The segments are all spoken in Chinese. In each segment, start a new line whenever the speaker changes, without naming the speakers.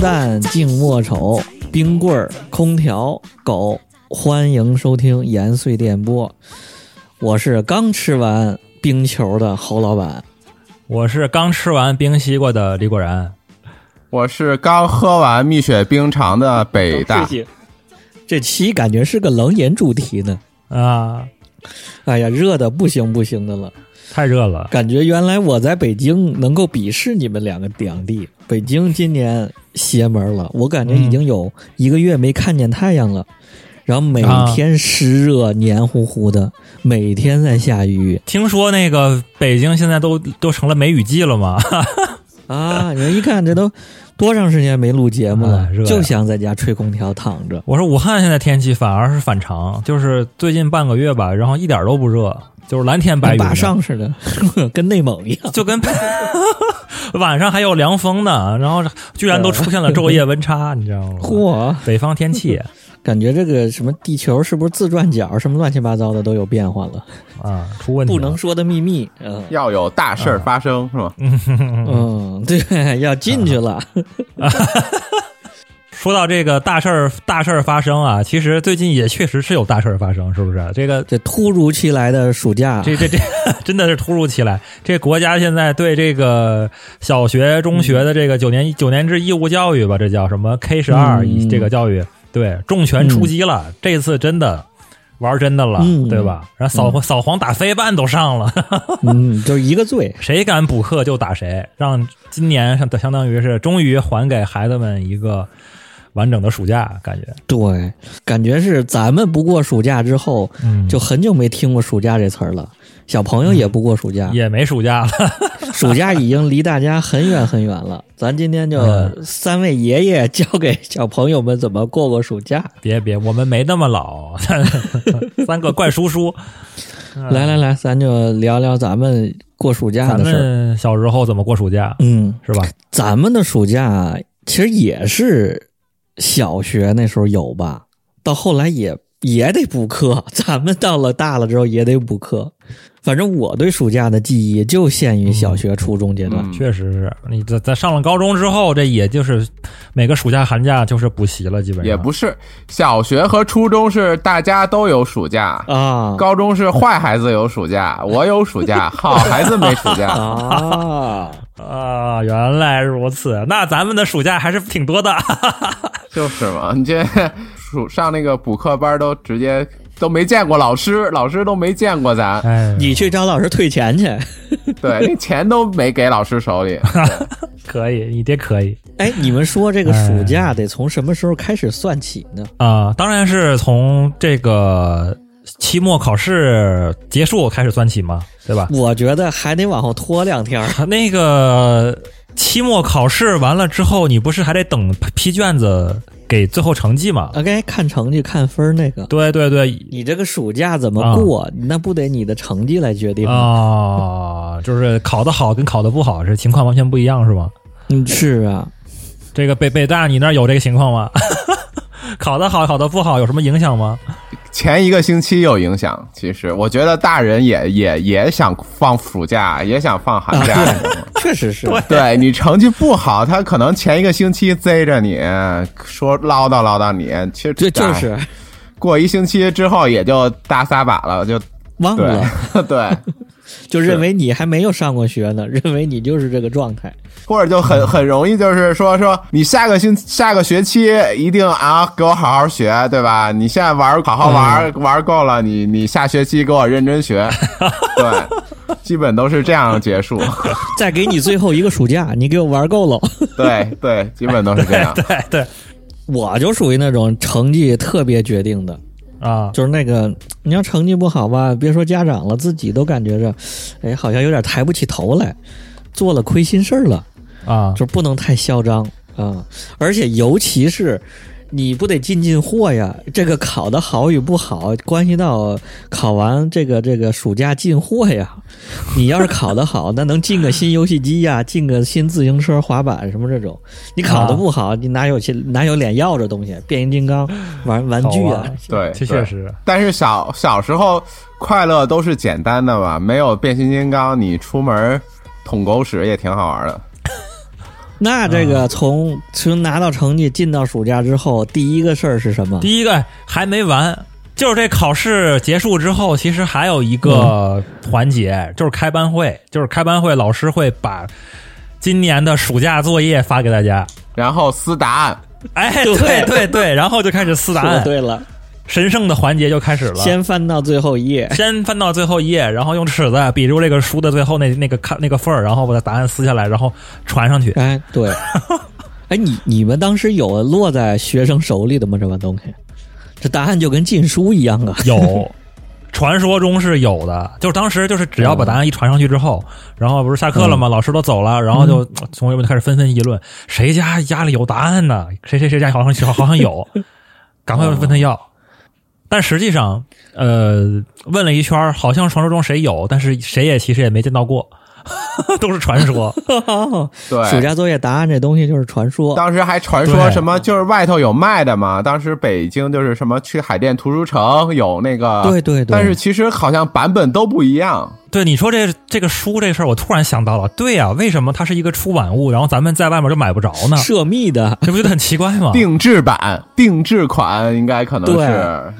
蛋、静默丑、冰棍儿、空调、狗，欢迎收听延绥电波。我是刚吃完冰球的侯老板。
我是刚吃完冰西瓜的李果然，
我是刚喝完蜜雪冰城的北大，
这期感觉是个冷饮主题呢。
啊，
哎呀，热的不行不行的了，
太热了，
感觉原来我在北京能够鄙视你们两个两地。北京今年邪门了，我感觉已经有一个月没看见太阳了，然后每天湿热黏糊糊的，每天在下雨
听说那个北京现在都都成了梅雨季了吗？
啊！你们一看这都多长时间没录节目了
嗯哎热，呀
就想在家吹空调躺着。
我说武汉现在天气反而是反常，就是最近半个月吧，然后一点都不热，就是蓝天
跟
白云的，
坝上似的， 跟内蒙一样。
就跟 晚上还有凉风呢，然后居然都出现了昼夜温差，你知道 吗？
嚯，
北方天气
感觉这个什么地球是不是自转角什么乱七八糟的都有变化了？
啊，出问题
不
了
能说的秘密，嗯
要有大事儿发生是吧？
嗯，对，要进去了。
说到这个大事儿，大事儿发生啊，其实最近也确实是有大事儿发生，是不是？这个
这突如其来的暑假，
这这这 真的是突如其来。这国家现在对这个小学、中学的这个九年九年制义务教育吧，这叫什么 K 十二
嗯
这个教育，对重拳出击了。这次真的玩真的了，
嗯
对吧？然后扫、扫黄打非办都上了，
嗯，就是一个罪。
谁敢补课就打谁，让今年相相当于是终于还给孩子们一个完整的暑假，感觉
对，感觉是咱们不过暑假之后，
嗯
就很久没听过暑假这词儿了。小朋友也不过暑假，
也没暑假了。
暑假已经离大家很远很远了。 咱今天就
嗯
三位爷爷教给小朋友们怎么过过暑假。
别别，我们没那么老， 三个怪叔叔。嗯
来来来，咱就聊聊咱们过暑假
咱
的事儿。
们小时候怎么过暑假，
嗯，
是吧？
咱们的暑假其实也是小学那时候有吧，到后来也也得补课。 咱们到了大了之后也得补课。反正我对暑假的记忆就限于小学、初中阶段。
嗯
确实是你在在上了高中之后，这也就是每个暑假寒假就是补习了，基本上
也不是，小学和初中是大家都有暑假，
嗯
啊
高中是坏孩子有暑假，我有暑假，好孩子没暑
嗯
假。
啊！
啊，原来如此。那咱们的暑假还是挺多的，
就是嘛，你这暑上那个补课班都直接都没见过老师，老师都没见过咱，
哎，
你去找老师退钱去。
对，那钱都没给老师手里。
可以，你这可以
哎，你们说这个暑
哎
假得从什么时候开始算起呢？
啊、当然是从这个期末考试结束开始算起嘛，对吧？
我觉得还得往后拖两天儿。
那个期末考试完了之后，你不是还得等批卷子给最后成绩
呃
吗？
OK，看啊成绩、看分儿那个，
对对对，
你这个暑假怎么过，
啊
那不得你的成绩来决定吗？
啊、就是考得好跟考得不好是情况完全不一样，是吗？
嗯，是啊，
这个北北大，你那儿有这个情况吗？ 考得好，考得不好有什么影响吗？
前一个星期有影响，其实我觉得大人也也也想放暑假，也想放寒假。
确实是。
对你成绩不好，他可能前一个星期贼着你说唠叨唠叨你，其实
这就
哎
是
过一星期之后也就大撒把了，就
忘了，
对 对，
就认为你还没有上过学呢，认为你就是这个状态。
或者就很很容易就是说说你下个星下个学期一定啊给我好好学，对吧？你现在玩好好玩、玩够了，你你下学期给我认真学，对，基本都是这样结束。
再给你最后一个暑假，你给我玩够了。
对对，基本都是 这
啊
样。
对对
我就属于那种成绩特别决定的，
啊，
就是那个你要成绩不好吧，别说家长了，自己都感觉着，哎，好像有点抬不起头来，做了亏心事儿了。
啊，
就是不能太嚣张啊、而且尤其是你不得进进货呀，这个考的好与不好，关系到考完这个这个暑假进货呀。你要是考得好， 那能进个新游戏机呀，进个新自行车、滑板什么这种。你考得不好，你哪有去哪有脸要这东西？变形金刚玩玩具
好
啊
啊，
对，
这
对
确实
但是小小时候快乐都是简单的嘛，没有变形金刚，你出门捅狗屎也挺好玩的。
啊
那这个从从拿到成绩进到暑假之后，第一个事儿是什么？
第一个还没完，就是这考试结束之后，其实还有一个
嗯
环节，就是开班会，就是开班会，老师会把今年的暑假作业发给大家。
然后撕答案，
哎，
对
对对对，然后就开始撕答
说
案，
对了，
神圣的环节就开始了。
先翻到最后一 页，
先翻到最后一页，然后用尺子比出这个书的最后那那个看那个缝儿，然后把答案撕下来，然后传上 去。
哎， 对，哎，你你们当时有落在学生手里的吗？这玩意东西，这答案就跟禁书一样 啊！
有，传说中是有的，就是当时就是只要把答案一传上去之后，然后不是下课了吗？老师都走了，然后就同学们就开始纷纷议论，谁家家里有答案呢？谁谁谁家好像好像有，赶快问他要。但实际上，呃，问了一圈儿，好像传说中谁有，但是谁也其实也没见到过， 都是传说。
对，
暑假作业答案这东西就是传说，
当时还传说什么，就是外头有卖的嘛。当时北京就是什么去海淀图书城有那个，
对对对
但是其实好像版本都不一样。
对你说这这个书这事儿，我突然想到了，对呀、为什么它是一个出版物，然后咱们在外面就买不着呢？
涉密的，
这不觉得很奇怪吗？
定制版、定制款应该可能是
对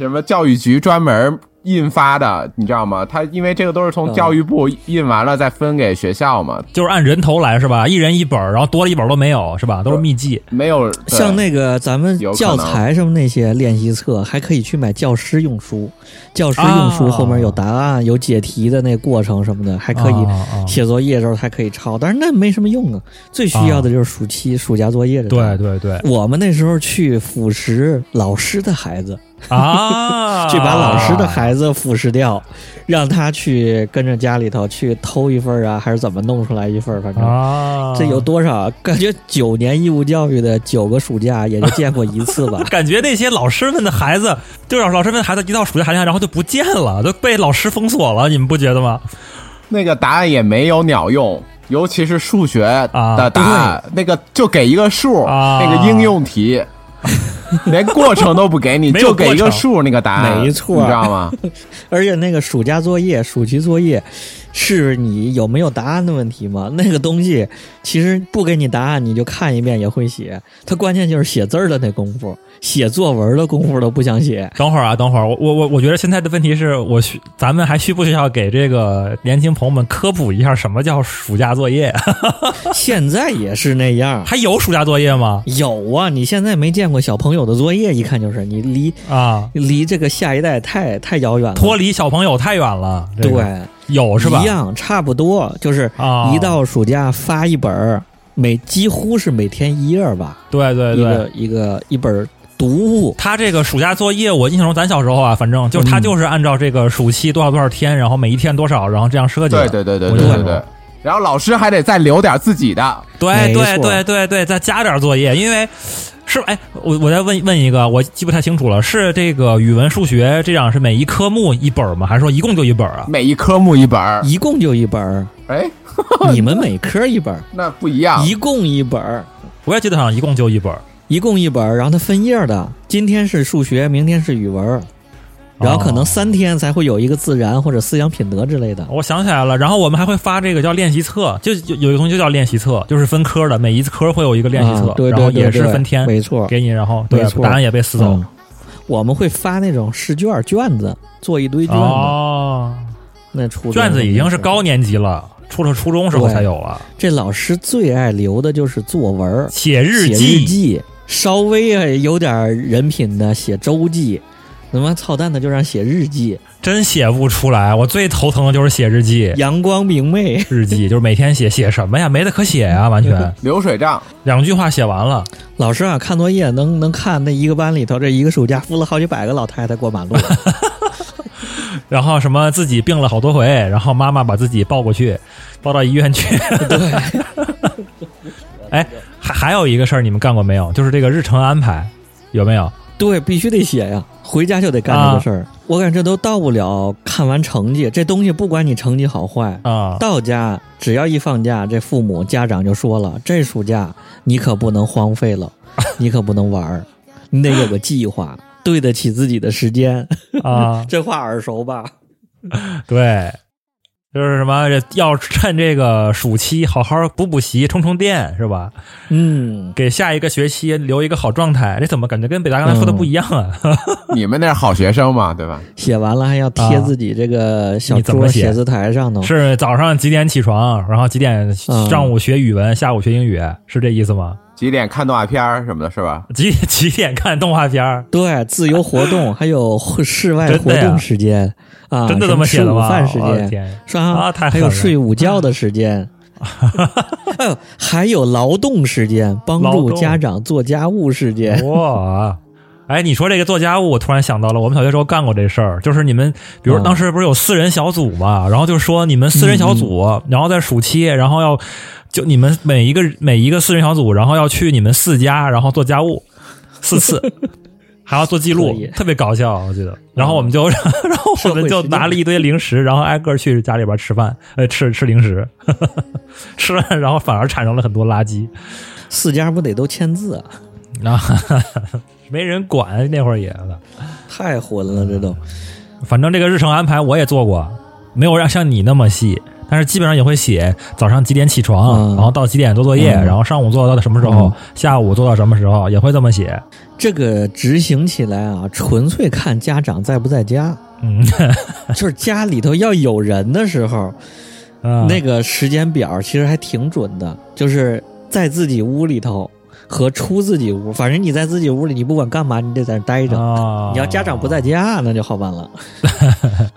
什么教育局专门印发的，你知道吗？它因为这个都是从教育部印完了再分给学校嘛，
就是按人头来是吧？一人一本儿，然后多了一本儿都没有是吧？都是秘籍。
没有对
像那个咱们
有可
教
能
材什么那些练习册，还可以去买教师用书，教师用书
啊
后面有答案、有解题的那个过程什么的，还可以
啊啊
写作业的时候还可以抄，但是那没什么用啊。最需要的就是暑期、暑假作业的。
对。对对
我们那时候去腐蚀老师的孩子，
啊！
去把老师的孩子腐蚀掉，让他去跟着家里头去偷一份儿啊，还是怎么弄出来一份儿？反正、
啊，。
这有多少？感觉九年义务教育的九个暑假也就见过一次吧
感觉那些老师们的孩子，就是老师们的孩子，一到暑假寒假，然后就不见了，都被老师封锁了，你们不觉得吗？
那个答案也没有鸟用。尤其是数学的答案，那个就给一个数，
啊
那个应用题， 连过程都不给你，
没有
就给一
过
个
程
数，那个答案，
没错
你知 道吗？
而且那个暑假作业、暑期作业，是你有没有答案的问题吗？ 那个东西其实不给你答案，你就看一遍也会写。它关键就是写字儿的那功夫，写作文的功夫都不想 写。
等会儿啊，等会儿，我我我我觉得现在的问题是我需咱们还需不需要给这个年轻朋友们科普一下什么叫暑假作业？
现在也是那样。
还有暑假作业吗？
有啊，你现在没见过小朋友的作业，一看就是你离
啊，
离这个下一代太太遥远了。
脱离小朋友太远了。这个、
对，
有是吧
一？样，差不多，就是
啊
一到暑假发一本儿，每几乎是每天一页儿吧，
对对对，
一个一个一本儿读物。
他这个暑假作业，我印象中咱小时候啊，反正
嗯
就是他就是按照这个暑期多少多少天，然后每一天多少，然后这样设计
对
的。
对对对
我
对
就
对
问
对
过。
然后老师还得再留点自己的，
对
没
对
错
对对对，再加点作业，因为是哎，我我再问问一个，我记不太清楚了，是这个语文、数学这样是每一科目一本吗？还是说一共就一本啊？
每一科目一本儿。
一共就一本 儿，
哎，
你们每科一本儿，
那不一
啊
样。
一共一本儿，
我也记得好像一共就一本。
一共一本儿，然后它分页儿的，今天是数学，明天是语文儿，然后可能
哦
三天才会有一个自然或者思想品德之类的。
我想起来了，然后我们还会发这个叫练习册，就有有一个东西就叫练习册，就是分科的，每一科会有一个练习册，
啊对
然后
对对
也是
对
分天
没错，
给你，然后对
没错
答案也被撕走
嗯。我们会发那种试卷儿卷子，做一堆卷子。
哦，
那初中
卷子已经是高年级了，出了初中时候才有啊。
这老师最爱留的就是作文儿、
写日
写日记，稍微有点人品的写周记，他妈操蛋的就让写日记，
真写不出来，我最头疼的就是写日记。
阳光明媚。
日记就是每天写写什么呀？没得可写呀、完全
流水账，
两句话写完了。
老师啊，看作业能能看那一个班里头这一个暑假扶了好几百个老太太过马路，
然后什么自己病了好多回，然后妈妈把自己抱过去，抱到医院去。
对，
哎，还还有一个事儿你们干过没有？就是这个日程安排有没有？
对，必须得写呀，回家就得干这个事儿。我感觉这都到不了看完成绩，这东西不管你成绩好坏，
啊、
到家只要一放假，这父母家长就说了：“这暑假你可不能荒废 了，你可不能玩儿，你得有个计划，对得起自己的时间。 ，
啊”
这话耳熟吧？
对。就是什么要趁这个暑期好好补补习、充充电，是吧？
嗯，
给下一个学期留一个好状态。这怎么感觉跟北大刚才说的不一样啊？
你们那是好学生嘛，对吧？
写完了还要贴自己这个小
啊你怎么
桌
写
写字台上头。
是早上几点起床，然后几点
嗯
上午学语文，下午学英语，是这意思吗？
几点看动画片儿什么的，是吧？
几几点看动画片儿？
对，自由活 动还有室外活
真的呀
动时间啊，
真的
什
这么写
吃
的
午
吗？
饭时
我的
间，
天！
刷
啊太狠
还有
了
睡午觉的时 间，哎呦，还有劳动时间，帮
劳
助
动
家长做家务时间。
哇！哎，你说这个做家务，我突然想到了，我们小学时候干过这事儿，就是你们，比如
嗯
当时不是有私人小组嘛，然后就说你们私人小组，
嗯
然后在暑期，然后要就你们每一个每一个私人小组，然后要去你们四家，然后做家务四次，还要做记录
可以，嗯
特别搞笑，我记得。然后我们就， 然后我们
社会
就
实践
拿了一堆零食，然后挨个去家里边吃饭，呃，吃吃零食， 吃完然后反而产生了很多垃圾。
四家不得都签字啊？
啊， 没人管那会儿也，
太混了，这都。
反正这个日程安排我也做过，没有让像你那么细，但是基本上也会写早上几点起床，
嗯
然后到几点做作业，
嗯
然后上午做到什么时候，
嗯
下午做到什么时候，也会这么写。
这个执行起来啊，纯粹看家长在不在家，
嗯，
就是家里头要有人的时候，
啊
那个时间表其实还挺准的，就是在自己屋里头和出自己屋，反正你在自己屋里，你不管干嘛，你得在那儿待着。
啊，
你要家长不在，家，那就好办了。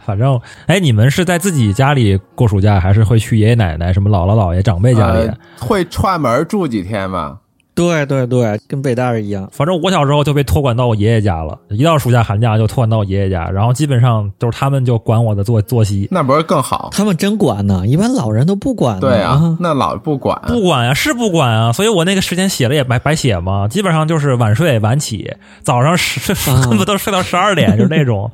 反正哎，你们是在自己家里过暑假，还是会去爷爷奶奶、什么姥姥姥爷、长辈家里？
呃会串门住几天嘛？
对对对，跟北大人一样。
反正我小时候就被托管到我爷爷家了，一到暑假寒假就托管到我爷爷家，然后基本上都是他们就管我的作作息，
那不是更好？
他们真管呢，一般老人都不管呢。
对啊
啊，，
那老不管，
嗯不管呀、是不管啊，所以我那个时间写了也白白写嘛，基本上就是晚睡晚起，早上睡
啊
恨不得睡到十二 点，就是那种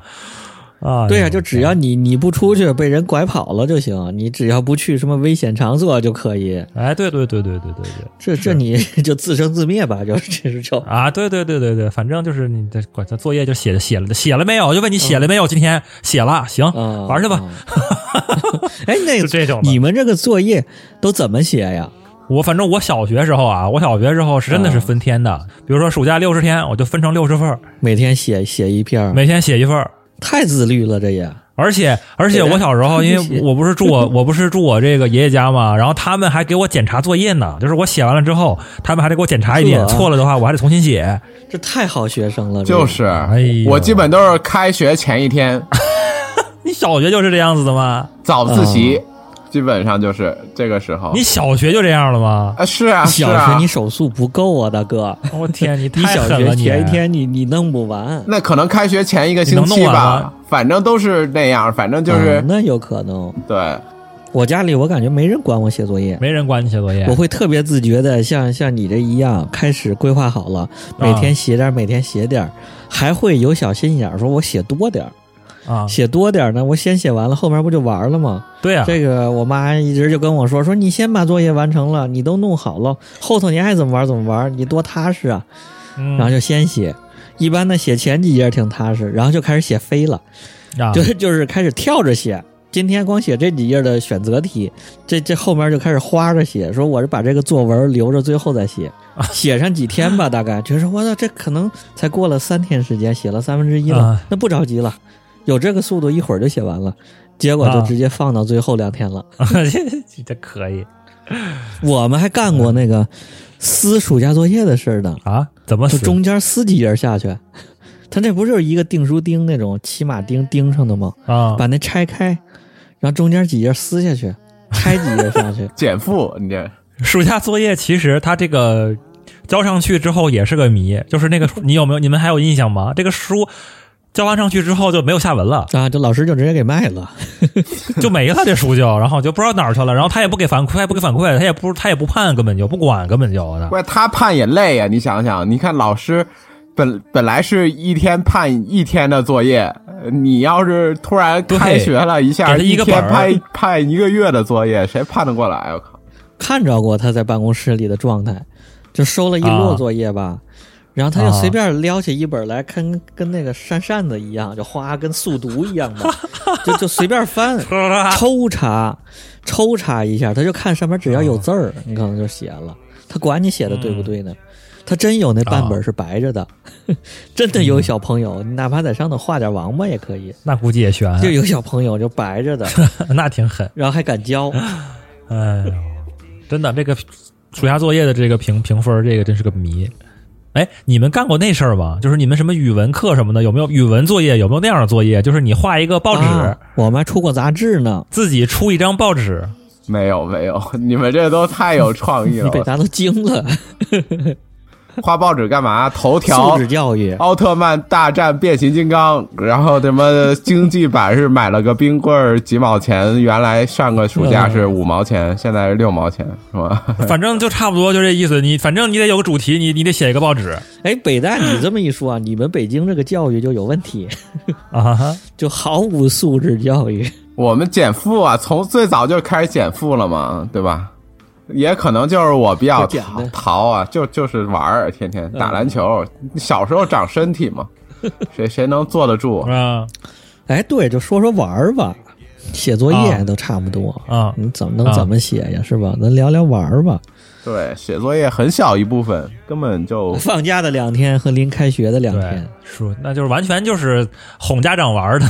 啊。
对呀、就只要你你不出去被人拐跑了就行，你只要不去什么危险场所就可以。
哎，对对对对对对对
这这你 就自生自灭吧，就是这是就
啊，对对对对对，反正就是你的管他作业就写写了写了没有，就问你写了没有，今天写了，行
啊，
玩去吧。
啊。哎，那
就这种的
你们这个作业都怎么写呀？
我反正我小学时候啊，我小学时候是真的是分天的，比如说暑假六十天，我就分成六十份儿，
每天写写一篇儿，
每天写一份儿。
太自律了，这也
而且而且
对的
我小时 候，因为我不是住 我我不是住我这个爷爷家嘛，然后他们还给我检查作业呢，就是我写完了之后，他们还得给我检查一遍，
是啊
错了的话我还得重新 写。
这太好学生了，这个
就是，
哎呦
我基本都是开学前一天
你小学就是这样子的吗？
早自习，基本上就是这个时候。
嗯你小学就这样了 吗？
啊，是啊，是
小学
啊
你，手速不够啊，大哥，
哦我天，哎你
你
太
小
狠
学
了！你
前一天你你弄不完，
那可能开学前一个星
你能
期
弄完
吧
吗，
反正都是那样，反正就是
嗯那有可能。
对。。
我家里我感觉没人管我写作业，
没人管你写作业
我，会特别自觉的像像你这一样开始规划好了，每
啊
天写点儿，每天写点儿，还会有小心眼儿，说我写多点儿，
啊，
写多点儿呢，我先写完了，后面不就玩了吗？
对啊，
这个我妈一直就跟我说，说你先把作业完成了，你都弄好了，后头你爱怎么玩怎么玩，你多踏实啊。
嗯
然后就先写，一般呢写前几页挺踏实，然后就开始写飞了，
啊
就是就是开始跳着写。今天光写这几页的选择题，这这后面就开始花着写，说我是把这个作文留着最后再写，
啊
写上几天吧，大概觉得我操，这可能才过了三天时间，写了三分之一了
啊，
那不着急了，有这个速度一会儿就写完了，结果就
啊
直接放到最后两天了。
这啊 这可以
我们还干
嗯
过那个撕暑假作业的事儿呢，
啊？怎么
就
死？
中间撕几页下去。他那不就是一个订书钉那种骑马钉钉上的吗？
啊
把那拆开，然后中间几页撕下去，拆几页下去
减负，你这
暑假作业其实它这个交上去之后也是个谜，就 是那个你有没有你们还有印象吗？这个书交完上去之后就没有下文 了，
啊，这老师就直接给卖了。
就没了这书就，然后就不知道哪儿去了，然后他也不给反馈，他也不给反馈，他也不他也不判，根本就不管，根本就的
怪他判也累啊呀、你想想，你看老师本本来是一天判一天的作业，呃你要是突然开学了一下，
给他一个
天
本儿
判判一个月的作业，谁判得过来？我靠！
看着过他在办公室里的状态，就收了一摞作业吧，然后他就
啊
随便撩起一本来，跟跟那个扇扇子一样，就哗，跟速读一样吧，就就随便翻， 抽查抽查一下，他就看上面只要
啊
有字儿，你可能就写了，他管你写的对不
嗯
对呢？他真有那半
啊
本是白着的， 真的
嗯
有小朋友，你哪怕在上头画点王八也可以，
那估计也
啊
悬，
就有小朋友就白着 的，
那挺狠。
然后还敢教，
哎呦，真的，这个暑假作业的这个评评分儿，这个真是个谜。哎，你们干过那事儿吗？就是你们什么语文课什么的，有没有语文作业？有没有那样的作业？就是你画一个报纸，
啊我们还出过杂志呢，
自己出一张报 纸，
没有没有， 你们这都太有创意
你
了
被。咱都惊了，
画报纸干嘛？头条哦
素质教育。
奥特曼大战变形金刚，然后什么经济版是买了个冰棍儿几毛钱，原来上个暑假是五毛钱，现在是六毛钱，是吧？
反正就差不多就这意思。你反正你得有个主题，你你得写一个报纸
哎，北大，你这么一说啊，你们北京这个教育就有问题，
啊哈。
就毫无素质教育。
我们减负啊，从最早就开始减负了嘛，对吧？也可能就是我比较
不减
淘
的嗯
淘啊，就就是玩儿，天天打篮球。小时候长身 体嘛，谁谁能坐得住？
啊
哎，对，就说说玩儿吧，写作业都差不多
啊
你怎么能怎么写呀，是吧？咱聊聊玩儿吧。
对，写作业很小一部分，根 本就
放假的两天和临开学的两
对
天，，
说那就是完全就是哄家长玩儿 的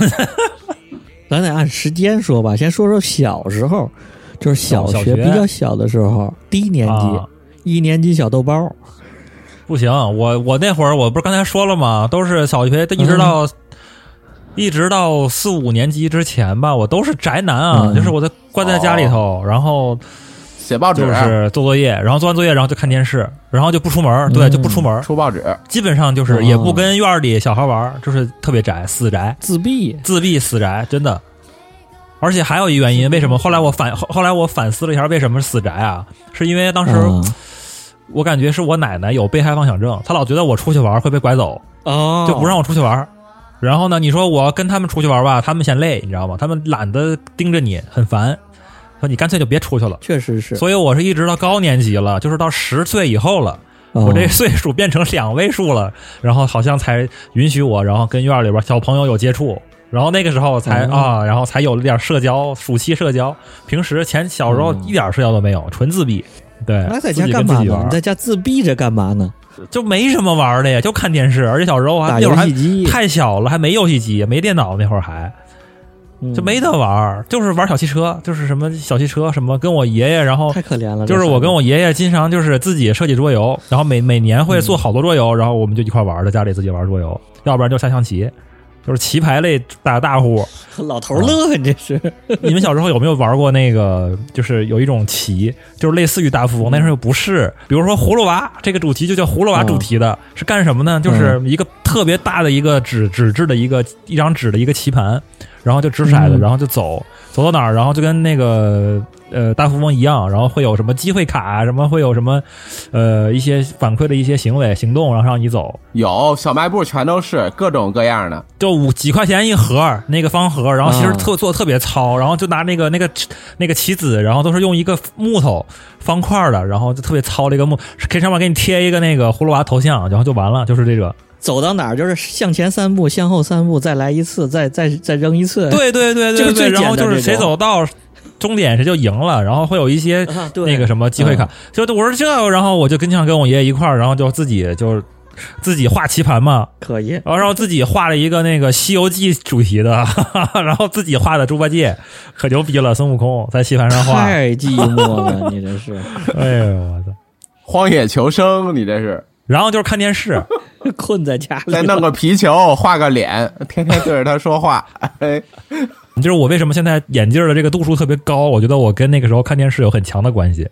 咱得按时间说吧。先说说小时候，就是小
小
学
学
比较小的时候，低年级
啊，
一年级小豆包，
不行，我我那会儿我不是刚才说了吗？都是小学，一直到、一直到四五年级之前吧，我都是宅男啊，
嗯
就是我在关在家里头，然后
写报纸、啊
就是哦做作业，然后做完作业，然后就看电视，然后就不出门儿，对，
嗯
就不出门儿，
出报纸。
基本上就
哦
是也不跟院儿里小孩玩
嗯
儿，就是特别宅，死宅，
自闭。
自闭死宅，真的。而且还有一原因，为什
嗯
么后来我反后后来我反思了一下，为什么是死宅啊？是因为当时
啊
我感觉是我奶奶有被害妄想症，她老觉得我出去玩儿会被拐走，
哦，
就不让我出去玩儿。然后呢，你说我跟他们出去玩儿吧，他们嫌累，你知道吗？他们懒得盯着你，很烦。说你干脆就别出去了。
确实是。
所以我是一直到高年级了，就是到十岁以后了，
哦
我
嗯
这岁数变成两位数了，然后好像才允许我，然后跟院儿里边小朋友有接触。然后那个时候才、
哦
啊，然后才有了点社交，暑期社交。平时前小时候一点社交都没有，纯自闭。对，
嗯那在
自
家
己
干嘛
跟自己
呢？
玩
你在家自闭着干嘛呢？
就没什么玩儿的呀，就看电视。而且小时候
打
还那
游
会儿还
戏机
太小了，还没游戏机，没电脑，那会儿还
嗯
就没得玩儿，就是玩小汽车，就是什么小汽车，什么跟我爷爷，然后
太可怜了。
就是
这
我跟
孩子
我爷爷经常就是自己设计桌游，然后每每年会
嗯
做好多桌游，然后我们就一块玩儿，在家里自己玩桌游，要不然就下象棋，就是棋牌类打大户。
老头乐，你这是
你们小时候有没有玩过那个？就是有一种棋，就是类似于大富翁，但是又不是。比如说葫芦娃这个主题就叫葫芦娃主题的，是干什么呢？就是一个特别大的一个纸纸质的一个一张纸的一个棋盘，然后就掷骰子，
嗯
然后就走，走到哪儿，然后就跟那个呃大富翁一样，然后会有什么机会卡，什么会有什么呃一些反馈的一些行为行动，然后让你走。
有小卖部全都是各种各样的，
就五几块钱一盒儿那个方盒儿，然后其实
啊
特做得特别糙，然后就拿那个那个那个棋子，然后都是用一个木头方块儿的，然后就特别糙的一个木，可以上面给你贴一个那个葫芦娃头像，然后就完了，就是这个。
走到哪儿就是向前三步，向后三步，再来一次，再再再扔一次。
对对对
就
对
是最
对，
简单
然后就是谁
这种
走到终点谁就赢了，然后会有一些
啊，对嗯
那个什么机会卡，就我说这，然后我就经常跟我爷爷一块儿，然后就自己就自己画棋盘嘛，
可以。
然后然后自己画了一个那个《西游记》主题的， 然后自己画的猪八戒，可牛逼了，孙悟空在棋盘上画，哎
太寂寞了，你这是
呦我操！
《荒野求生》，你这是
然后就是看电视，
困在家里
再
了。
弄个皮球，画个脸，天天对着他说话。 哎，
就是我为什么现在眼镜儿的这个度数特别高，我觉得我跟那个时候看电视有很强的关系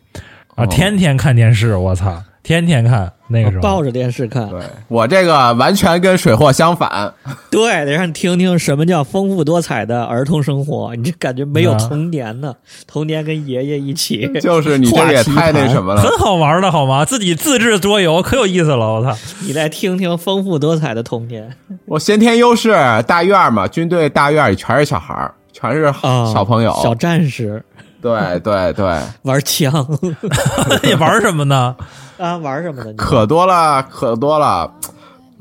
啊，
哦
天天看电视，我操，天天看那个时 候
抱着电视看，
对我这个完全跟水货相反，
对，得让你听听什么叫丰富多彩的儿童生活。你这感觉没有
啊
童年呢，童年跟爷爷一起，
就是你这个也太那什么了。
很好玩的好吗？自己自制桌游可有意思了， 我操！
你来听听丰富多彩的童年。
我先天优势，大院嘛，军队大院里全是小孩儿，全是
啊，
小朋友。
小战士，
对对对，
玩枪
你玩什么呢？
啊，玩什么的？你
可多了，可多了。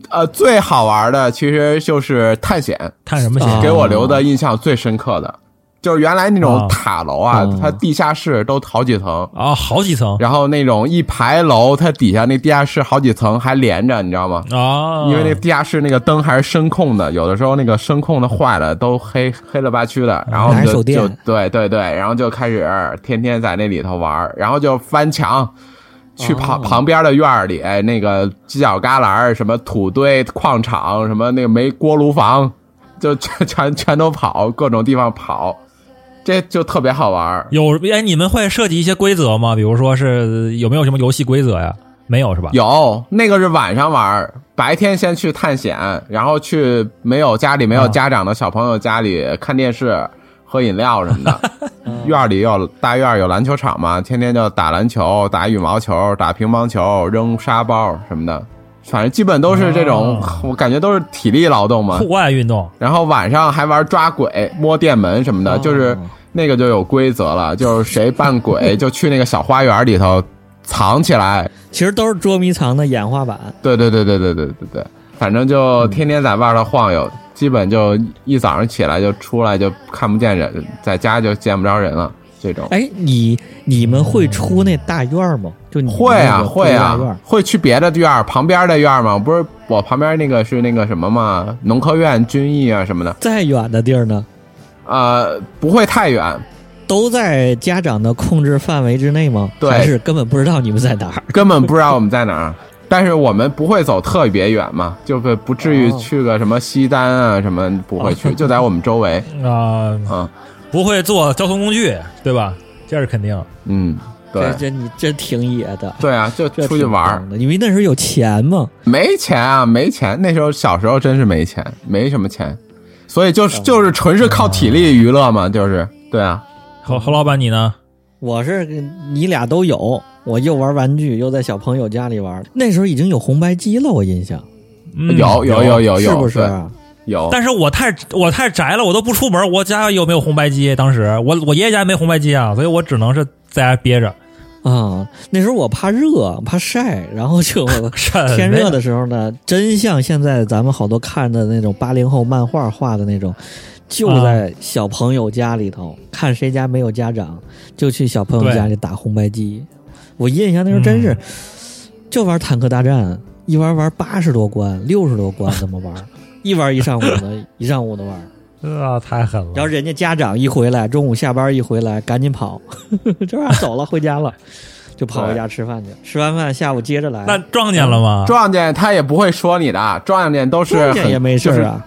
呃，最好玩的其实就是探险，
探什么险？
啊
给我留的印象最深刻的，就是原来那种
啊
塔楼啊
嗯，
它地下室都好几层，
啊，好几层
然后那种一排楼，它底下那地下室好几层还连着，你知道吗？
啊，
因为那地下室那个灯还是声控的，有的时候那个声控的坏了，都黑黑了吧屈的，然后我们
拿手
就
电
就对对对，然后就开始天天在那里头玩儿，然后就翻墙。去旁
哦
旁边的院儿里，哎那个犄角旮旯儿、什么土堆、矿场、什么那个煤锅炉房，就全 全全都跑，各种地方跑，这就特别好玩儿。
有哎，你们会设计一些规则吗？比如说是有没有什么游戏规则呀？没有是吧？
有那个是晚上玩儿，白天先去探险，然后去没有家里没有家长的小朋友家里看电视、喝饮料什么的。
啊
院儿里有大院儿有篮球场嘛，天天就打篮球、打羽毛球、打乒乓球、扔沙包什么的，反正基本都是这种，我感觉都是体力劳动嘛。
户外运动
然后晚上还玩抓鬼、摸电门什么的，
哦
就是那个就有规则了，就是谁扮鬼就去那个小花园里头藏起来，
其实都是捉迷藏的演化版。
对对对对对对对对，反正就天天在外头晃悠，基本就一早上起来就出来就看不见人，在家就见不着人了。这种
哎，你你们会出那大院儿吗？就你们
会
那
啊
个
会
大院
啊
儿，
会去别的院儿旁边的院儿吗？不是我旁边那个是那个什么嘛，农科院、军艺啊什么的，
再远的地儿呢，
呃，不会太远，
都在家长的控制范围之内吗？
对
还是根本不知道你们在哪儿？
根本不知道我们在哪儿。 但是我们不会走特别远嘛，就是不至于
哦
去个什么西单啊什么，不会去，就在我们周围。
啊、
嗯
不会坐交通工具对吧？这是肯定。
嗯，对
这这你真挺野的。
对啊，就
这
出去
挺
玩儿
棒。的，你们那时候有钱吗？
没钱啊，没钱。那时候小时候真是没钱，没什么钱，所以就是就是纯是靠体力娱乐嘛，就是对啊，
何何老板你呢？
我是你俩都有，我又玩玩具，又在小朋友家里玩。那时候已经有红白机了，我印象
嗯、
有有有有
是不
有，
是
对
啊？
有。
但是我太我太宅了，我都不出门。我家有没有红白机？当时我我爷爷家没红白机啊，所以我只能是在家憋着。
啊，那时候我怕热，怕晒，然后就
晒
天热的时候呢，真像现在咱们好多看的那种八零后漫画画的那种，就
啊
在小朋友家里头，看谁家没有家长，就去小朋友家里打红白机。我印象那时候真是、
嗯
就玩坦克大战，一玩玩八十多关、六十多关，怎么玩？一玩一上午的，一上午的玩。
啊，太狠
然
了
后。人家家长一回来，中午下班一回来，赶紧跑， 这玩意儿走了，回家了，就跑回家吃饭去。吃完饭下午接着来。
那撞见了吗？
撞见他也不会说你的，撞见都是
中间
很
也没事儿啊，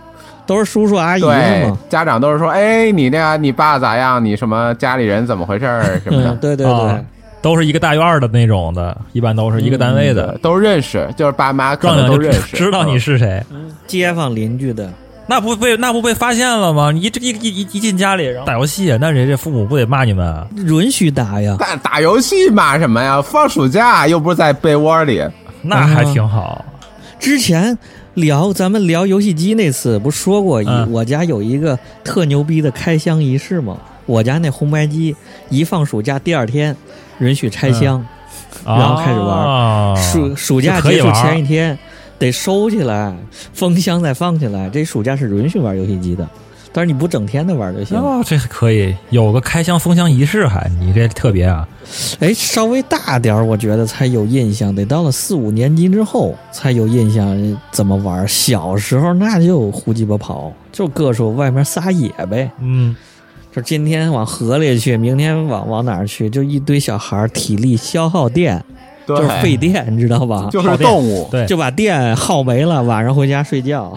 都是叔叔阿姨
就是
的
对
嘛。，嗯
家长都是说，哎，你那个你爸咋样？你什么家里人怎么回事儿什么
嗯，
的，
对对
啊
对，
都是一个大院儿的那种的，一般都是一个单位的。
对都认识，就是爸妈嗯可
撞
能
见
都
就
认识，
知道你是谁，
街坊邻居 的，
那不被那不被发现了吗？你一一一一一进家里，然后打游戏，那人家父母不得骂你们啊？
允许打呀
嗯。但打游戏骂什么呀？放暑假又不是在被窝里，
那还挺好。
之前聊咱们聊游戏机那次不说过一，
嗯
我家有一个特牛逼的开箱仪式吗？我家那红白机一放暑假，第二天允许拆箱， 然后开始玩
嗯
玩
哦
暑暑假
啊可以
结束
玩
前一天得收起来，封箱再放起来。这暑假是允许玩游戏机的，但是你不整天的玩就行。
哦，这可以有个开箱封箱仪式，还你这特别啊！
哎，稍微大点儿，我觉得才有印象，得到了四五年级之后才有印象怎么玩儿。小时候那就胡鸡巴跑，就各处外面撒野呗，
嗯，
就今天往河里去，明天往往哪儿去，就一堆小孩儿体力消耗电，
对，
就是费电，你知道吧？
就是动物，
对，
就把电耗没了，晚上回家睡觉。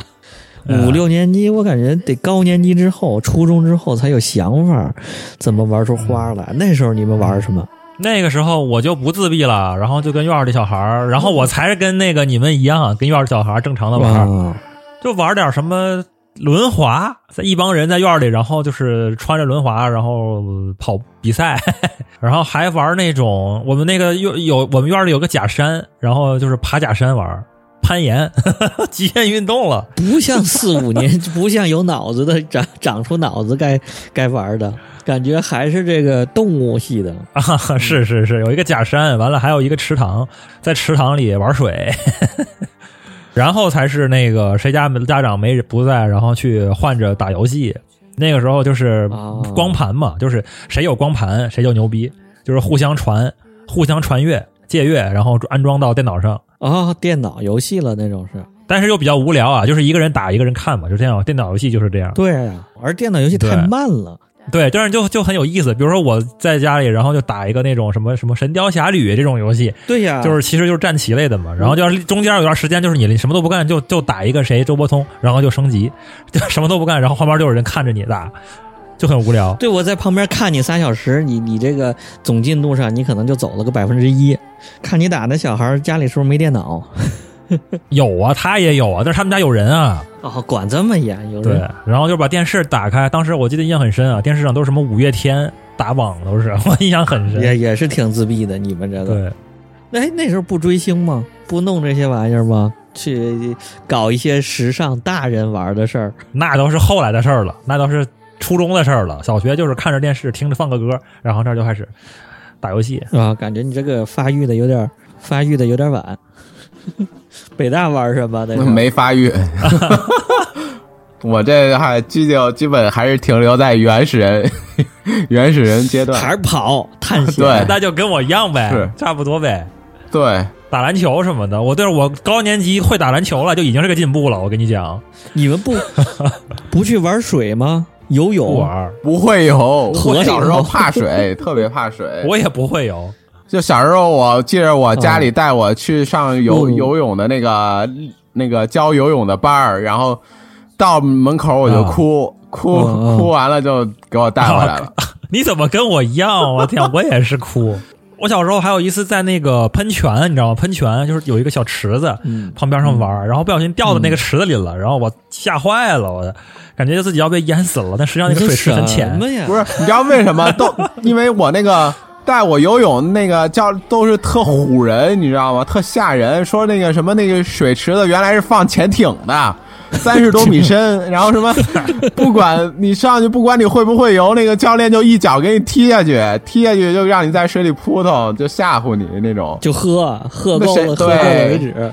嗯
五六年级，我感觉得高年级之后，初中之后才有想法儿，怎么玩出花来。那时候你们玩儿什么？
那个时候我就不自闭了，然后就跟院儿里小孩儿，然后我才是跟那个你们一样，啊跟院儿里小孩儿正常的玩儿，
啊
就玩点什么轮滑，在一帮人在院儿里，然后就是穿着轮滑，然后跑比赛， 然后还玩那种我们那个有有我们院儿里有个假山，然后就是爬假山玩儿。攀岩、 极限运动了。
不像四五年，不像有脑子的长长出脑子该该玩的感觉，还是这个动物系的。 嗯
啊，是是是，有一个假山，完了还有一个池塘，在池塘里玩水， 然后才是那个谁家没家长没不在，然后去换着打游戏。那个时候就是
哦
光盘嘛，就是谁有光盘谁就牛逼，就是互相传、互相传阅、借阅，然后安装到电脑上。
哦，电脑游戏了那种是，
但是又比较无聊啊，就是一个人打一个人看嘛，就这样。电脑游戏就是这样。
对呀、而电脑游戏太
对
慢了，
对，但是就就很有意思。比如说我在家里，然后就打一个那种什么什么《神雕侠侣》这种游戏，
对呀、
就是其实就是战棋类的嘛。然后
嗯
就要是中间有段时间，就是你什么都不干，就就打一个谁周伯通，然 后就升级，就什么都不干，然后旁边就有人看着你打，就很无聊。
对我在旁边看你仨小时，你你这个总进度上你可能就走了个百分之一，看你打那小孩儿家里是不是没电脑？
有啊，他也有啊，但是他们家有人啊。
哦，管这么严，有
对
人，
然后就把电视打开，当时我记得印象很深啊，电视上都是什么五月天打榜都是， 我印象很深。
也也是挺自闭的，你们这个。
对，
哎，那时候不追星吗？不弄这些玩意儿吗？去搞一些时尚大人玩的事儿，
那都是后来的事儿了，那都是初中的事儿了。小学就是看着电视，听着放个歌，然后那就开始打游戏。
啊，感觉你这个发育的有点儿发育的有点儿晚。 北大玩什么的？那时候
没发育。我这还基就基本还是停留在原始人 原始人阶段
还，是跑探险？
对
那就跟我一样呗
是，
差不多呗。
对。
打篮球什么的，我对我高年级会打篮球了，就已经是个进步了。我跟你
哦
讲，
你 们不不去玩水吗？游
不玩
泳？
儿，
不会游，
不会游
我小时候怕水， 特别怕水。
我也不会游。
就小时候，我记着我家里带我去上游、
嗯
游泳的那个那个教游泳的班儿，然后到门口我就哭、哭、
啊嗯嗯
哭完了就给我带回 来了。
你怎么跟我一样？我天，我也是哭。我小时候还有一次在那个喷泉，你知道吗？喷泉就是有一个小池子，
嗯，
旁边上玩儿，然后不小心掉到那个池子里了，然后我吓坏了，我感觉自己要被淹死了。但实际上那个水池很
什
浅，
么呀？
不是，你知道为什么？都 因为我那个带我游泳那个教都是特唬人，你知道吗？特吓人，说那个什么那个水池子原来是放潜艇的。 三十多米深，然后什么，不管你上去，不管你会不会游，那个教练就一脚给你踢下去，踢下去就让你在水里扑腾，就吓唬你那种。
就喝，喝够
那谁
了，喝够了
对
为止。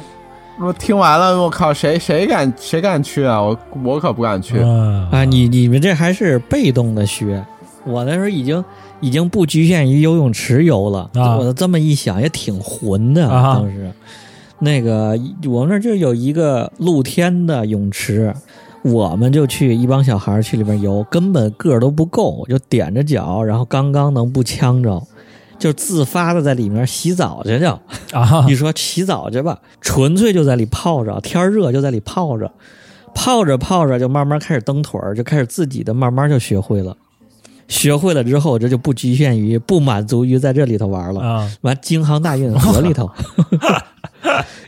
我听完了，我靠，谁谁敢谁敢去啊？我我可不敢去。
嗯
啊，你你们这还是被动的学，我那时候已经已经不局限于游泳池游了。
啊
我这么一想也挺混的，
啊哈
当时那个我们那儿就有一个露天的泳池。我们就去一帮小孩儿去里边游，根本个儿都不够，就踮着脚，然后刚刚能不呛着，就自发的在里面洗澡去就。
啊
你说洗澡去吧，纯粹就在里泡着，天儿热就在里泡着，泡着泡着就慢慢开始蹬腿儿，就开始自己的慢慢就学会了。学会了之后，这就不局限于不满足于在这里头玩了，
啊！
完京杭大运河里 头，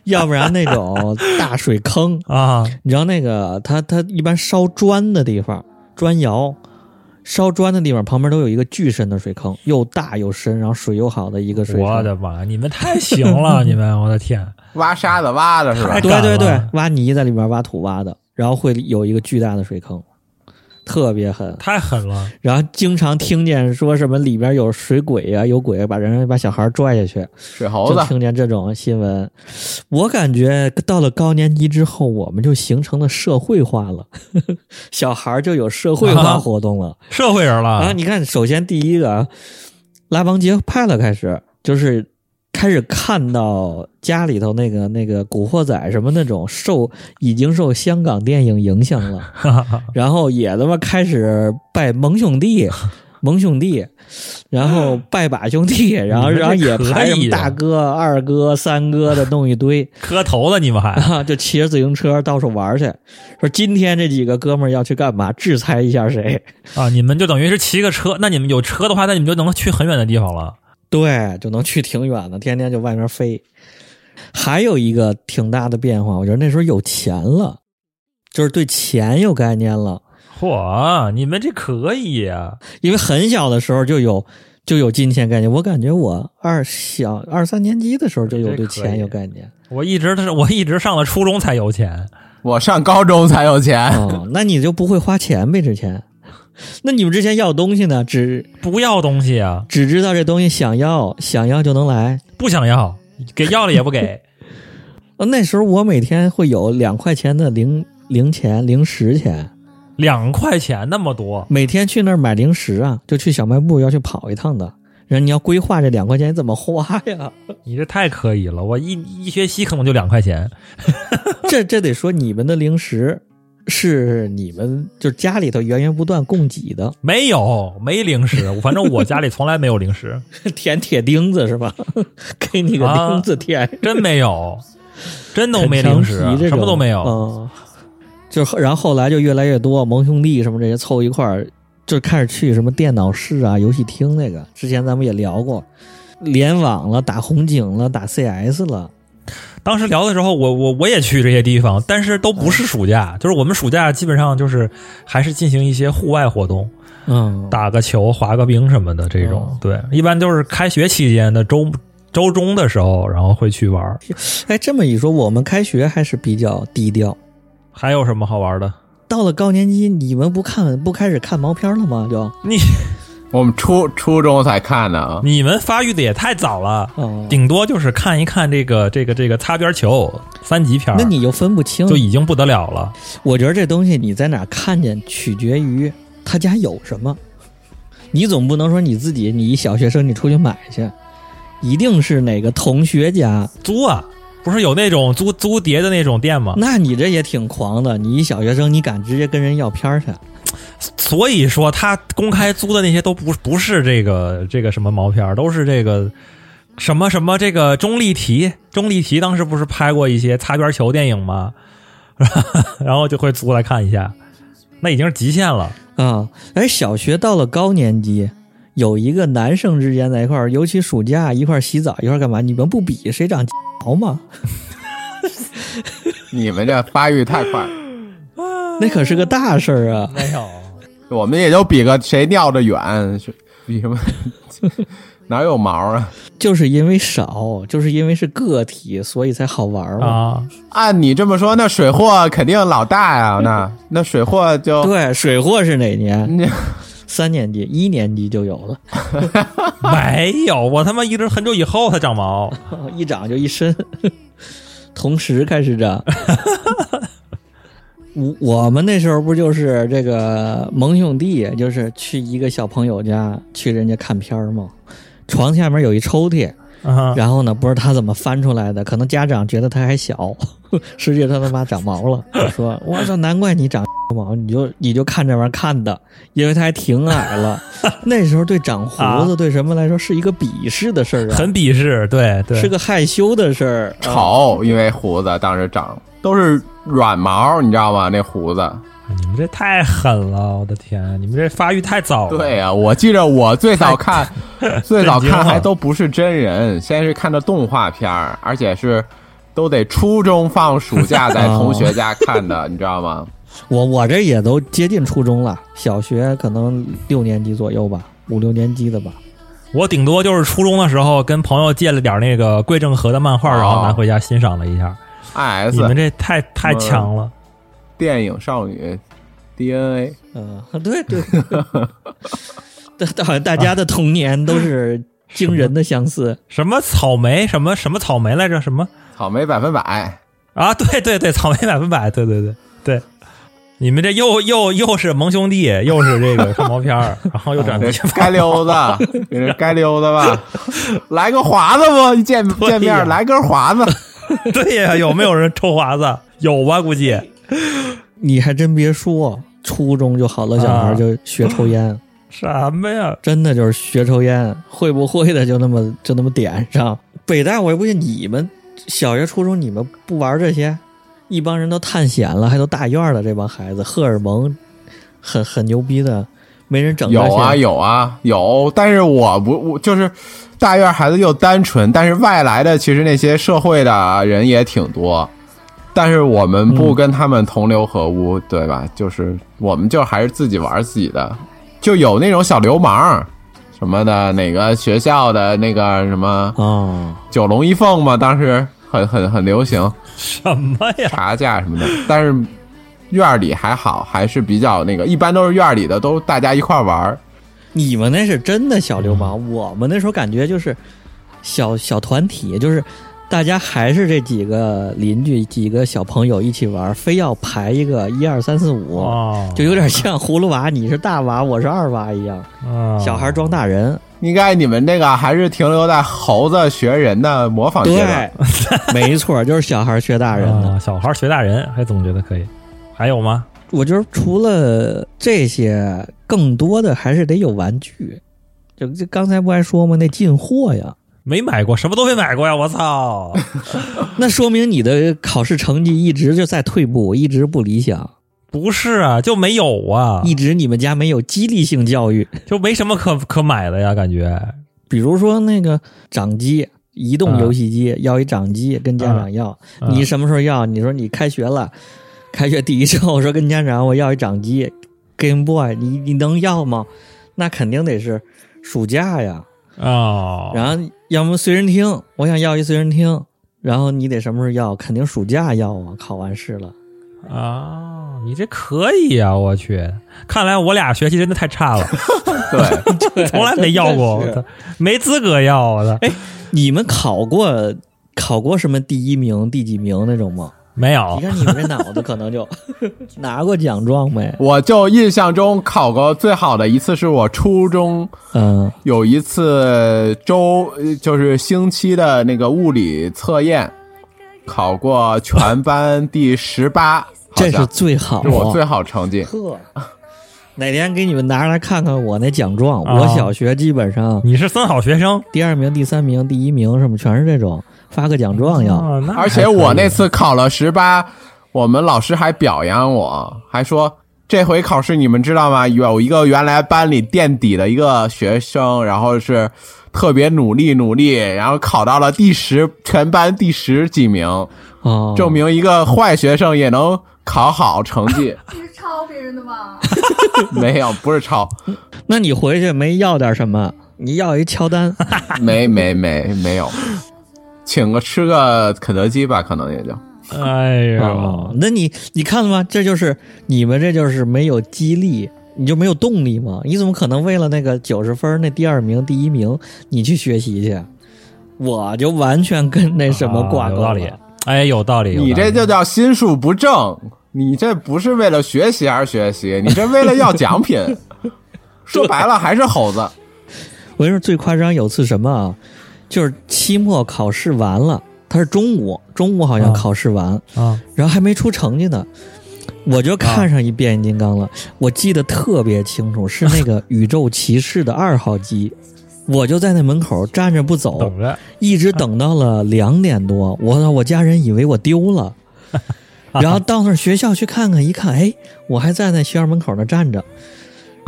要不然那种大水坑，
啊，
你知道那个他他一般烧砖的地方，砖窑。烧砖的地方旁边都有一个巨深的水坑，又大又深，然后水又好的一个水坑。
我的妈！你们太行了， 你们，我的天！
挖沙子挖的是吧
太？
哎对
敢
对对
了，
挖泥在里面挖土挖的，然后会有一个巨大的水坑，特别狠。
太狠了！
然后经常听见说什么里面有水鬼呀、有鬼把人把小孩拽下去，
水猴
就
子
听见这种新闻。我感觉到了高年级之后，我们就形成了社会化了， 小孩就有社会化活动了。
社会人了
啊，你看，首先第一个啊，拉帮结派了，开始就是开始看到家里头那个那个《古惑仔》什么那种受已经受香港电影影响了， 然后也他妈开始拜盟兄 弟。盟兄弟，然后拜把兄弟，然后
你们这
然后也
可
排
以
什么
啊
大哥、二哥、三哥的弄一 堆，
磕头了，你们还
啊，就骑着自行车到处玩去。说今天这几个哥们儿要去干嘛？制裁一下谁？
啊？你们就等于是骑个车，那你们有车的话，那你们就能去很远的地方了。
对，就能去挺远的，天天就外面飞。还有一个挺大的变化，我觉得那时候有钱了，就是对钱有概念了。
嚯，你们这可以啊！
因为很小的时候就有就有金钱概念。我感觉我二小二三年级的时候就有
这
对
可
钱
以
有概念。
我一直是我一直上了初中才有钱，
我上高中才有钱，
哦，那你就不会花钱呗？之前，那你们之前要东西呢，只
不要东西啊，
只知道这东西想要，想要就能来。
不想要，给要了也不给。
呃那时候我每天会有两块钱的零零钱、零食钱，
两块钱那么多，
每天去那儿买零食啊，就去小卖部要去跑一趟的。然后你要规划这两块钱怎么花呀？
你这太可以了！我一一学期可能就两块钱，
这这得说你们的零食是你们就家里头源源不断供给 的，
没有没零食，反正我家里从来没有零食，
舔铁钉子是吧？ 给你个钉子舔，
真没有，真都啊没零食啊
啃墙皮，这
什
种
么都没有。
嗯，就然后后来就越来越多，盟兄弟什么这些凑一块儿，就开始去什么电脑室啊、游戏厅那个。之前咱们也聊过，联网了、打红警了、打 CS 了，
当时聊的时候，我我我也去这些地方，但是都不是暑假，就是我们暑假基本上就是还是进行一些户外活动，
嗯，
打个球、滑个冰什么的这种
哦。
对，一般都是开学期间的周周中的时候，然后会去玩儿。
哎，这么一说，我们开学还是比较低调。
还有什么好玩的？
到了高年级，你们不看不开始看毛片了吗？就
你
我们初初中才看的啊。
你们发育的也太早了，
哦，
顶多就是看一看这个这个这个擦边球三级片儿，
那你就分不清。
就已经不得了了。
我觉得这东西你在哪儿看见，取决于他家有什么。你总不能说你自己，你一小学生你出去买去，一定是哪个同学家，
租啊，不是有那种租租碟的那种店吗？
那你这也挺狂的。你一小学生，你敢直接跟人要片儿去？
所以说，他公开租的那些都不不是这个这个什么毛片儿，都是这个什么什么这个钟丽缇。钟丽缇当时不是拍过一些擦边球电影吗？ 然后就会租来看一下，那已经是极限了。
啊，哎，小学到了高年级，有一个男生之间在一块儿，尤其暑假一块儿洗澡一块儿干嘛，你们不比谁长毛吗？
你们这发育太快，
那可是个大事儿啊！
没有，
我们也就比个谁尿的远，是比什么 哪有毛啊？
就是因为少，就是因为是个体，所以才好玩儿嘛。
啊，
按你这么说，那水货肯定老大呀，那那水货就
对，水货是哪年？
那
三年级、一年级就有了，
没有，我他妈一直很久以后才长毛。
一长就一身，同时开始长。 我我们那时候不就是这个盟兄弟，就是去一个小朋友家去人家看片儿吗？床下面有一抽屉，
啊，
然后呢，不知道他怎么翻出来的，可能家长觉得他还小， 实际他他妈长毛了，就说：“我操，难怪你长毛，你就你就看这玩意儿看的，因为他还挺矮了。 那时候对长胡子、对什么来说是一个鄙视的事儿啊，
啊很鄙视，对对，
是个害羞的事儿。啊
丑，因为胡子当时长都是软毛，你知道吗？那胡子。
你们这太狠了，我的天，你们这发育太早了。
对呀、啊我记着我最 早看，最早
震惊
看
了
还都不是真人，先是看的动画片儿，而且是都得初中放暑假在同学家看 的，你知道吗？
我我这也都接近初中了，小学可能六年级左右吧，五六年级的吧。
我顶多就是初中的时候跟朋友借了点那个桂正和的漫画，
哦
然后拿回家欣赏了一下。你们
IS
这太太强了，
电影少女 DNA，
嗯、对对， 对大好像大家的童年都是惊人的相似。
什么草莓，什么什么草莓来着？什么
草莓百分哎 百，
啊？对对对，草莓百分百，对对对对。你们这又又又是萌兄弟，又是这个看毛片儿，然后又转
这
地方
该溜达，你这该溜达吧，来个华子不？一 见
呀
见面来根华子，
对呀、有没有人抽华子？有吧，估计。
你还真别说，初中就好多小孩就学抽烟，
什么呀？
真的就是学抽烟，会不会的就那么就那么点上。北大我也不信你们小学、初中你们不玩这些，一帮人都探险了，还都大院了，这帮孩子荷尔蒙很很牛逼的，没人整这些
有啊有啊有，但是我不我就是大院孩子又单纯，但是外来的其实那些社会的人也挺多，但是我们不跟他们同流合污，对吧？就是我们就还是自己玩自己的，就有那种小流氓，什么的，哪个学校的那个什么
哦，
九龙一凤嘛，当时很很很流行
什么呀？
查价什么的，但是院儿里还好，还是比较那个，一般都是院儿里的都大家一块儿玩儿，
你们那是真的小流氓，我们那时候感觉就是小小团体，就是大家还是这几个邻居、几个小朋友一起玩，非要排一个一二三四五，
哦，
就有点像葫芦娃，你是大娃，我是二娃一样，
啊
小孩装大人。
应该你们这个还是停留在猴子学人的模仿阶段
对。，没错，就是小孩学大人的。
啊小孩学大人，还总觉得可以。还有吗？
我觉得除了这些，更多的还是得有玩具。就就刚才不还说吗？那进货呀，
没买过，什么都没买过呀！我 操，
那说明你的考试成绩一直就在退步，一直不理想，
不是啊，就没有啊，
一直你们家没有激励性教育。
就没什么可可买的呀，感觉。
比如说那个掌机，移动游戏机、要一掌机，跟家长要。
啊
你什么时候要？你说你开学了，开学第一周，我说跟家长我要一掌机，Game Boy，你你能要吗？那肯定得是暑假呀。
哦，
然后要么随身听，我想要一随身听，然后你得什么时候要？肯定暑假要啊，考完试了。
啊，你这可以啊！我去，看来我俩学习真的 太差了，
对，
从来没要过，我
真的哎
操没资格要我的，
你们考过考过什么第一名、第几名那种吗？
没有
你看你们这脑子可能就 拿过奖状没？
我就印象中考过最好的一次是我初中
嗯
有一次周呃就是星期的那个物理测验，考过全班第十八，好
这是
像
最好
是
的，
我最好啊成绩。
呵。哪天给你们拿出来看看我那奖状？
啊
我小学基本上
你是三好学生
第二名、第三名、第一名什么全是这种，发个奖状要。
啊，那
而且我那次考了十八，我们老师还表扬我，还说这回考试你们知道吗？有一个原来班里垫底的一个学生，然后是特别努力努力，然后考到了第十，全班第十几名，
哦，
证明一个坏学生也能考好成绩。
你是抄别人的吧？
没有，不是抄，
那你回去没要点什么？你要一乔丹，
没没没没有，请个吃个肯德基吧，可能也就。
还可以哎
哦
呦，，
那你你看了吗？这就是你们这就是没有激励，你就没有动力嘛？你怎么可能为了那个九十分儿那第二名、第一名你去学习去？我就完全跟那什么挂
啊
钩
有
了、
道理，哎，有道理，有
你
道理
这就叫心术不正，你这不是为了学习而学习，你这为了要奖品。说白了还是猴子，
我跟你说最夸张有次什么啊？就是期末考试完了，他是中午，中午好像
啊
考试完，
啊，
然后还没出成绩呢，我就看上一变形金刚了。我记得特别清楚，是那 个宇宙骑士的二号机。我就在那门口站着不走，
等着
一直等到了两点多。我操！我家人以为我丢了，然后到那儿学校去看看，一看，哎，我还在那学校门口那站着。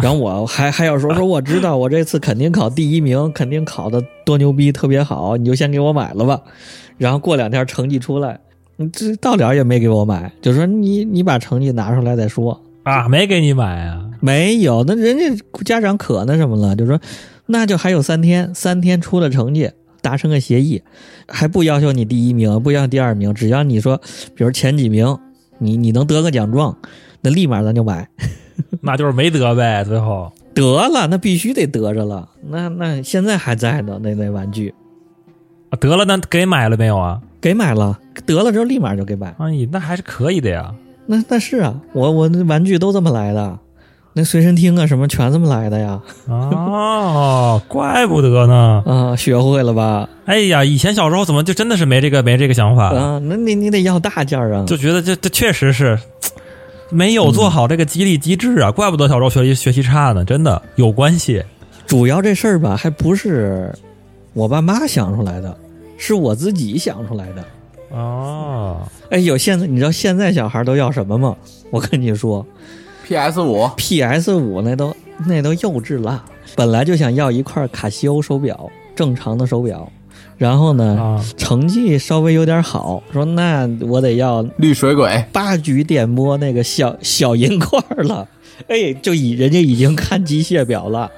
然后我还还要说说，我知道我这次肯定考第一名，肯定考的多牛逼，特别好，你就先给我买了吧。然后过两天成绩出来，你这到了也没给我买，就说你你把成绩拿出来再说。
啊，没给你买啊，
没有，那人家家长可那什么了，就说那就还有三天，三天出了成绩，达成个协议，还不要求你第一名，不要求第二名，只要你说，比如前几名，你你能得个奖状，那立马咱就买。
那就是没得呗，最后
得了，那必须得得着了。那那现在还在呢，那那玩具
啊得了，那给买了没有啊？
给买了，得了之后立马就给买。
哎，那还是可以的呀，
那那是啊，我我那玩具都这么来的，那随身听啊什么全这么来的呀。
哦， 怪不得呢。
啊，学会了吧？
哎呀，以前小时候怎么就真的是没这个没这个想法，
嗯
啊，那你你得要大件儿啊。
就觉得这这确实是没有做好这个激励机制啊，怪不得小时候学习学习差呢，真的有关系。
主要这事儿吧，还不是我爸妈想出来的，是我自己想出来的。
哦，
哎呦，现在你知道现在小孩都要什么吗？我跟你说
PS 五
，PS 五那都那都幼稚了。本来就想要一块卡西欧手表，正常的手表，然后呢，
啊
成绩稍微有点好，说那我得要
绿水鬼，
八局电波那个小小银块儿了，哎，就已人家已经看机械表了，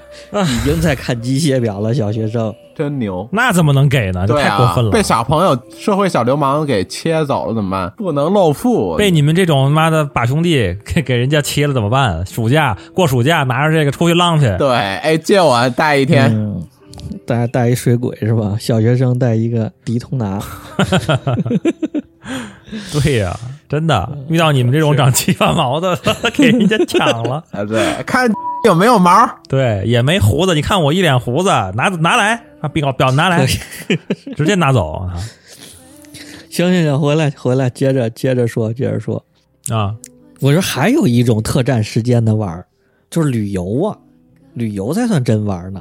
已经在看机械表了，小学生。
真牛。
那怎么能给呢？这
对
太过
啊
分，了
被。小朋友、社会小流氓给切走了怎么办？不能露富，
被你们这种妈的把兄弟给给人家切了怎么办？暑假过暑假拿着这个出去浪去，
对，哎，借我带一天，
嗯，带带一水鬼是吧？小学生带一个迪通 拿，
对呀、真的遇到你们这种长七八毛的， 给人家抢了。
啊，对，看有没有毛，
对，也没胡子，你看我一脸胡子，拿拿来啊，表表拿来， 直接拿走啊
行行行，回来回来，接着接着说，接着说。
啊！
我说还有一种特占时间的玩儿，就是旅游啊，旅游才算真玩儿呢。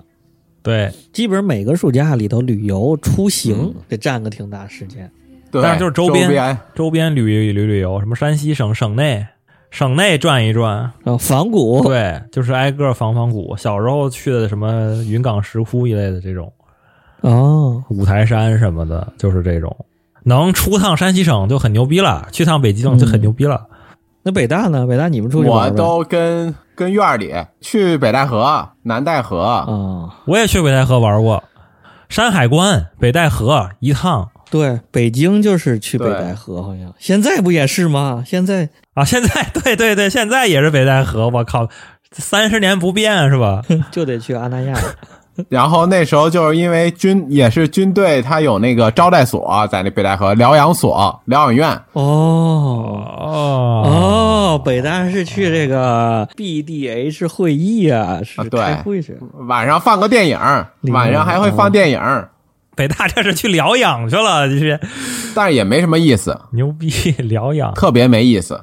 对，
基本每个暑假里头，旅游出
嗯
行得占个挺大时间。
对，
但是就是周
周
边周边旅旅旅游，什么山西省省内省内转一转，
然后仿古，
对，就是挨个仿仿古。小时候去的什么云冈石窟一类的这种
哦，
五台山什么的，就是这种能出趟山西省就很牛逼了，去趟北京就
嗯
很牛逼了。
那北大呢？北大你们出去玩
我
儿吧
都跟跟院儿里去北戴河、南戴河，
哦
啊，
我也去北戴河玩过，山海关、北戴河一趟
对，北京就是去北
对
戴河，好像现在不也是吗？现在
啊。现在对对对，现在也是北戴河，我靠，三十年不变是吧？
就得去阿那 亚了。
然后那时候就是因为军也是军队，他有那个招待所，啊在那北戴河疗养所、疗养院，
哦
哦
哦，北大是去这个 BDH 会议啊，是
啊对
开会去。
晚上放个电影，
明白
晚上还会放电影，
北大这是去疗养去了，这是
但是也没什么意思，
牛逼疗养。
特别没意思。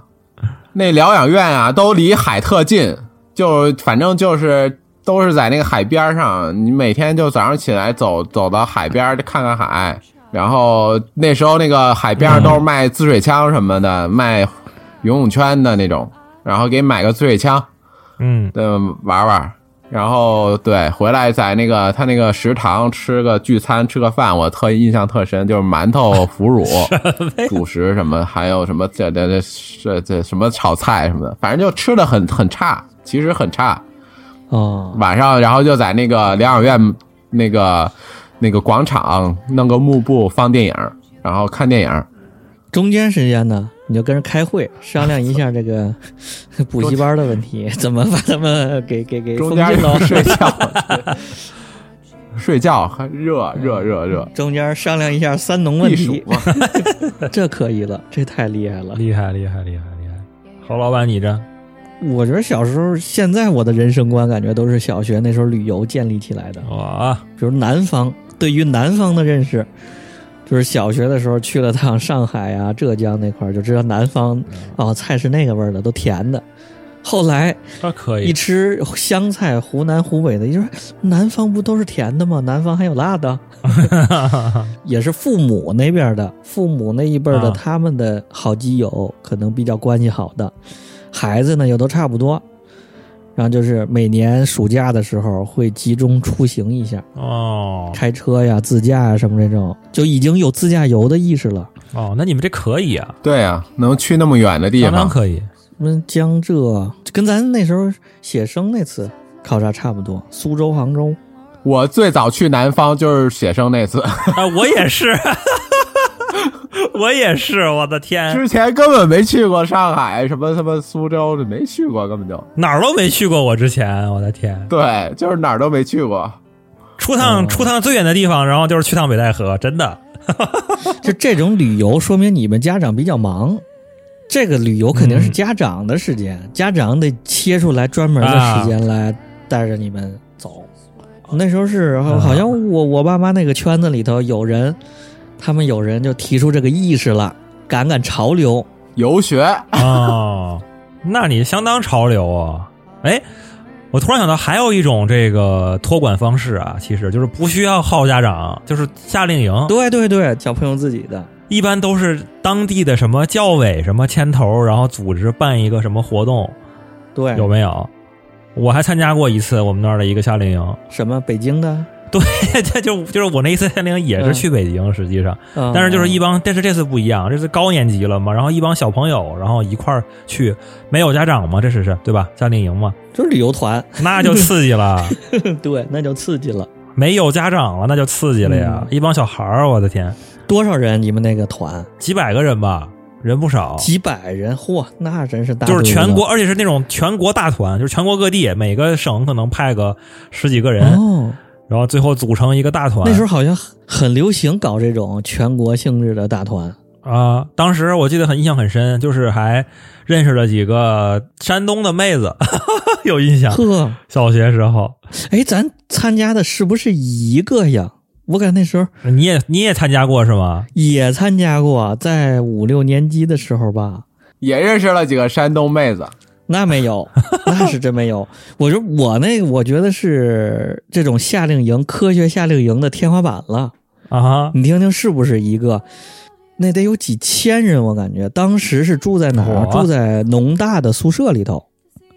那疗养院啊，都离海特近，就反正就是都是在那个海边上。你每天就早上起来走走到海边儿看看海，然后那时候那个海边儿都是卖滋水枪什么的，卖游泳圈的那种，然后给买个滋水枪，
嗯，
嗯，玩玩。然后对，回来在那个他那个食堂吃个聚餐，吃个饭，我特印象特深，就是馒头、腐乳、主食什么，还有什么这这这这这什么炒菜什么的，反正就吃的很很差，其实很差。嗯
哦，
晚上，然后就在那个疗养院那个那个广场弄个幕布放电影，然后看电影。
中间时间呢，你就跟人开会商量一下这 个补习班的问题，怎么把他们给给给
中
封
间
禁喽
有？睡觉，对睡觉还热热热热，
中间商量一下三农问
避暑
题，
嘛。
这可以了，这太厉害了。
厉害厉害厉害厉害！侯老板，你这
我觉得小时候，现在我的人生观感觉都是小学那时候旅游建立起来的。
哇，
比如南方，对于南方的认识，就是小学的时候去了趟上海啊、浙江那块儿，就知道南方哦，菜是那个味儿的，都甜的。后来
这可
一
以
吃湘菜，湖南、湖北的，一说南方不都是甜的吗？南方还有辣的，也是父母那边的，父母那一辈儿的，
啊
他们的好基友可能比较关系好的，孩子呢也都差不多。然后就是每年暑假的时候会集中出行一下，
哦
开车呀、自驾呀什么这种，就已经有自驾游的意识了。
哦，那你们这可以啊，
对啊，能去那么远的地
相当
方，
可以。啊
什么江浙，跟咱那时候写生那次考察差不多，苏州、杭州。
我最早去南方就是写生 那次，
啊，我也是， 我也是，我的天，
之前根本没去过上海，什么什么苏州，没去过，根本就
哪儿都没去过。我之前，我的天，
对，就是哪儿都没去过。
出趟出趟最远的地方，然后就是去趟北戴河，真的。
就这种旅游，说明你们家长比较忙。这个旅游肯定是家长的时间，家长得切出来专门的时间来带着你们走。那时候是好好像我我爸妈那个圈子里头有人，他们有人就提出这个意识了，赶赶潮流。
游学，
哦，那你相当潮流啊！哎，我突然想到，还有一种这个托管方式啊，其实就是不需要号家长，就是夏令营，
对对对，小朋友自己的。
一般都是当地的什么教委什么牵头，然后组织办一个什么活动，
对，
有没有？我还参加过一次我们那儿的一个夏令营，
什么北京的？
对，这就就是我那一次夏令营也是去北京，实际上，
嗯
但是就是一帮，但是这次不一样，这次高年级了嘛，然后一帮小朋友，然后一块儿去，没有家长嘛，这只是对吧？夏令营嘛，
就是旅游团，
那就刺激了，
对，那就刺激了。
没有家长了，那就刺激了
嗯
呀！一帮小孩儿，我的天，
多少人？你们那个团
几百个人吧，人不少，
几百人，嚯，那真是大
就是
队伍哦
全国，而且是那种全国大团，就是全国各地每个省可能派个十几个人，
哦。
然后最后组成一个大团。
那时候好像很很流行搞这种全国性质的大团，
啊、当时我记得很印象很深，就是还认识了几个山东的妹子， 有印象。
呵，
小学时候，
哎，咱参加的是不是一个呀？我感觉那时候
你也你也参加过是吗？
也参加过，在五六年级的时候吧。
也认识了几个山东妹子，
那没 有，那是真没有。我说我那，我觉得是这种夏令营、科学夏令营的天花板了。
啊哈，
你听听是不是一个？那得有几千人，我感觉当时是住在哪儿？
哇
住在农大的宿舍里头，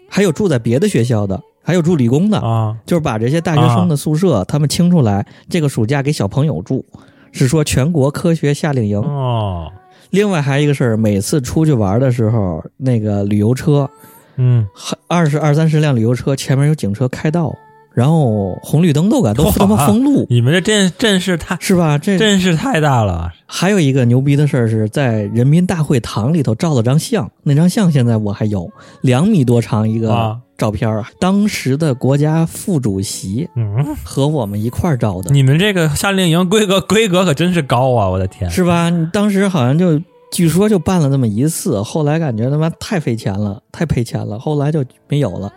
还有住在别的学校的，还有住理工的。
啊
就是把这些大学生的宿舍、他们清出来，这个暑假给小朋友住，是说全国科学夏令营。
哦，
另外还有一个事儿，每次出去玩的时候，那个旅游车
嗯，
二十二三十辆旅游车前面有警车开道，然后红绿灯都敢，都
哇
他妈封路，
你们这阵阵势太
是吧？这
阵势太大了，
还有一个牛逼的事儿是在人民大会堂里头照了张相，那张相现在我还有，两米多长一个
啊
照片儿，当时的国家副主席
嗯，
和我们一块儿照的。
你们这个夏令营规格规格可真是高啊，我的天，
是吧？你当时好像就据说就办了那么一次，后来感觉他妈太费钱了，太赔钱了，后来就没有了。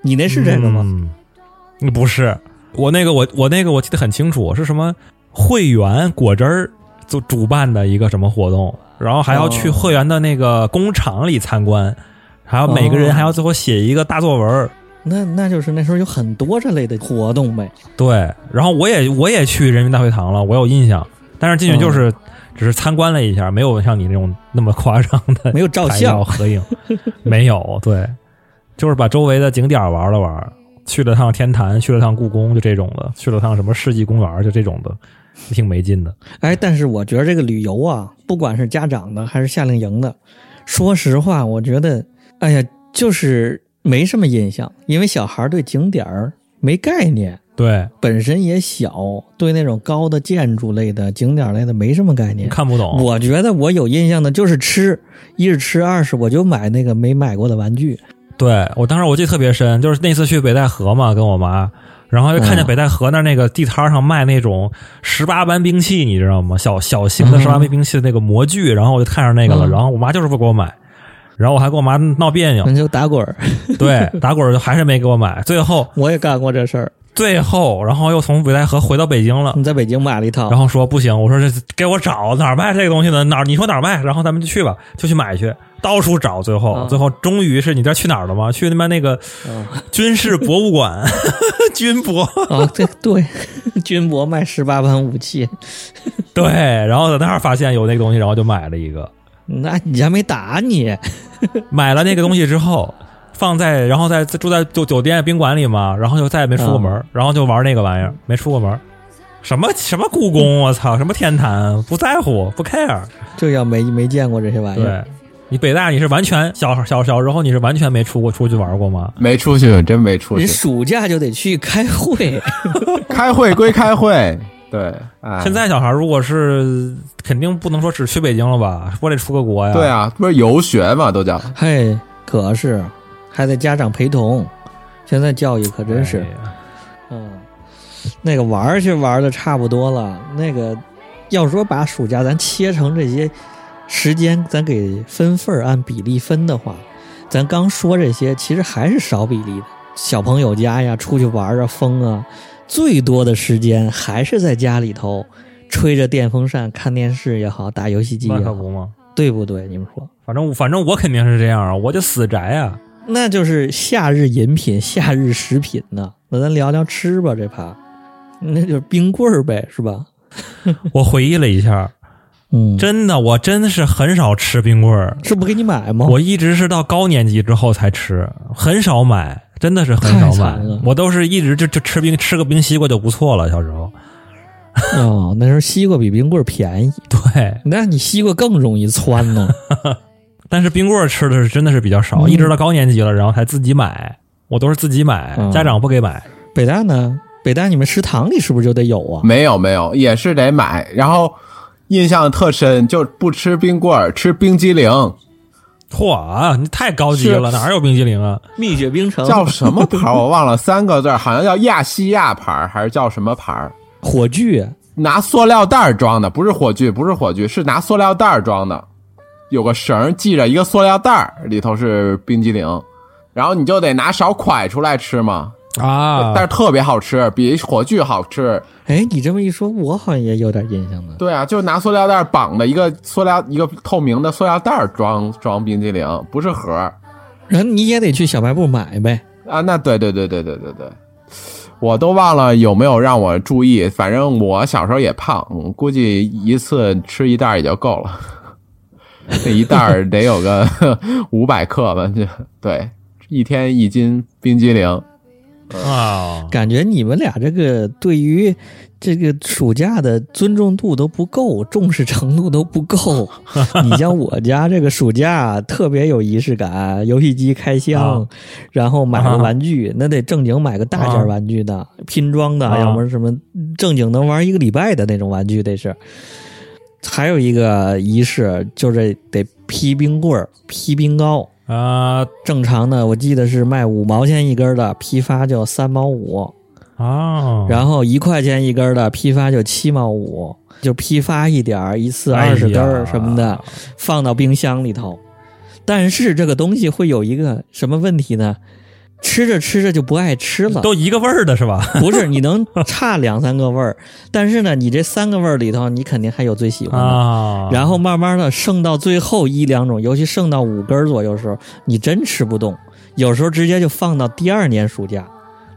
你那是这个吗？
嗯？不是，我那个我我那个我记得很清楚，是什么会员果汁儿就主办的一个什么活动，然后还要去
哦
会员的那个工厂里参观，还要每个人
哦
还要最后写一个大作文儿。
那那就是那时候有很多这类的活动呗。
对，然后我也我也去人民大会堂了，我有印象，但是进去就是、
嗯
只是参观了一下，没有像你那种那么夸张的，
没有照相
合影， 没有，对，就是把周围的景点玩了玩，去了趟天坛，去了趟故宫，就这种的，去了趟什么世纪公园，就这种的，挺没劲的。
哎，但是我觉得这个旅游啊，不管是家长的还是夏令营的，说实话，我觉得，哎呀，就是没什么印象，因为小孩对景点儿没概念，
对，
本身也小，对那种高的建筑类的景点儿类的没什么概
你
念。
看不懂，
我觉得我有印象的就是吃，一是吃，二是我就买那个没买过的玩具。
对我当时我记得特别深，就是那次去北戴河嘛，跟我妈，然后就看见
嗯
北戴河那儿那个地摊上卖那种十八般兵器，你知道吗？小小型的十八般兵器的那个模具，然后我就看上那个了，
嗯
然后我妈就是不给我买，然后我还跟我妈闹别扭
那，就打滚儿，
对，打滚儿就还是没给我买，最后
我也干过这事儿。
最后，然后又从北戴河回到北京了。
你在北京买了一套
然，后说不行，我说这给我找哪儿卖这个东西呢？哪儿你说哪儿卖？然后咱们就去吧，就去买去，到处找。最后，
嗯
最后终于是你知道去哪儿了吗？去那边那个
嗯
军事博物馆，军博
啊，对对， 军博卖十八般武器，
对，然后在那儿发现有那个东西，然后就买了一个，
那你还没打你？
买了那个东西之后。放在，然后在住在酒酒店宾馆里嘛，然后就再也没出过门，然后就玩那个玩意儿，没出过门。什么什么故宫，我操，什么天坛，不在乎，不 care。
就要没没见过这些玩意儿。
对，你北大你是完全小小小时候你是完全没出过出去玩过吗？
没出去，真没出
人
去。
暑假就得去开 会，
开会归开会，对，哎，
现在小孩如果是肯定不能说只去北京了吧，我得出个国呀。
对啊，不是游学嘛，都叫
嘿，可是还得家长陪同。现在教育可
哎呀，
真是，嗯，那个玩儿去玩的差不多了。那个要说把暑假咱切成这些时间，咱给分份儿按比例分的话，咱刚说这些其实还是少比例的。小朋友家呀，出去玩儿啊，疯啊，最多的时间还是在家里头吹着电风扇看电视也好，打游戏机也
那可
好，
不吗？
对不对？你们说？
反正反正我肯定是这样啊，我就死宅啊。
那就是夏日饮品、夏日食品呢。那咱聊聊吃吧，这盘，那就是冰棍儿呗，是吧？
我回忆了一下，
嗯，
真的，我真是很少吃冰棍儿，
是不给你买吗？
我一直是到高年级之后才吃，很少买。真的是很
太
少
惨
买
了。
我都是一直就就吃冰吃个冰西瓜就不错了，小时候。
哦，那时候西瓜比冰棍儿便宜，
对，
那你西瓜更容易窜 呢。
但是冰棍儿吃的是真的是比较少，
嗯
一直到高年级了，然后才自己买。我都是自己买，
嗯
家长不给买。
北大呢？北大你们食堂里是不是就得有啊？
没有没有，也是得买。然后印象特深，就不吃冰棍儿，吃冰激凌，
嚯啊，你太高级
是
了，哪有冰激凌啊？
蜜雪冰城
叫什么牌儿我忘了，三个字儿，好像叫亚细亚牌儿还是叫什么牌儿？
火炬，
拿塑料袋儿装的，不是火炬，不是火炬，是拿塑料袋儿装的，有个绳儿系着一个塑料袋儿，里头是冰激凌，然后你就得拿勺㧟出来吃嘛，
啊，
但是特别好吃，比火炬好吃。
哎，你这么一说，我好像也有点印象呢。
对啊，就拿塑料袋儿绑的一个塑料一个透明的塑料袋儿装装冰激凌，不是盒儿
然后你也得去小卖部买呗。
啊。那对对对对对对对。我都忘了有没有让我注意，反正我小时候也胖，嗯估计一次吃一袋儿也就够了。 那一袋儿得有个 五百克吧，这对，一天一斤冰激凌。
啊，
感觉你们俩这个对于这个暑假的尊重度都不够，重视程度都不够。 你像我家这个暑假特别有仪式感，游戏机开箱，
啊
然后买个
啊
玩具，那得正经买个大件玩具的，拼装的，
啊
要么什么正经能玩一个礼拜的那种玩具，得是。还有一个仪式就是得劈冰棍儿、劈冰糕。
啊
正常的我记得是卖五毛钱一根儿的，批发就三毛五。
啊，
然后一块钱一根儿的批发就七毛五，就批发一点儿，一次二
哎呀
十根儿什么的，放到冰箱里头。但是这个东西会有一个什么问题呢？吃着吃着就不爱吃了，
都一个味儿的是吧？
不是你能差两三个味儿，但是呢，你这三个味儿里头，你肯定还有最喜欢的。
啊，
然后慢慢的剩到最后一两种，尤其剩到五根儿左右的时候，你真吃不动，有时候直接就放到第二年暑假，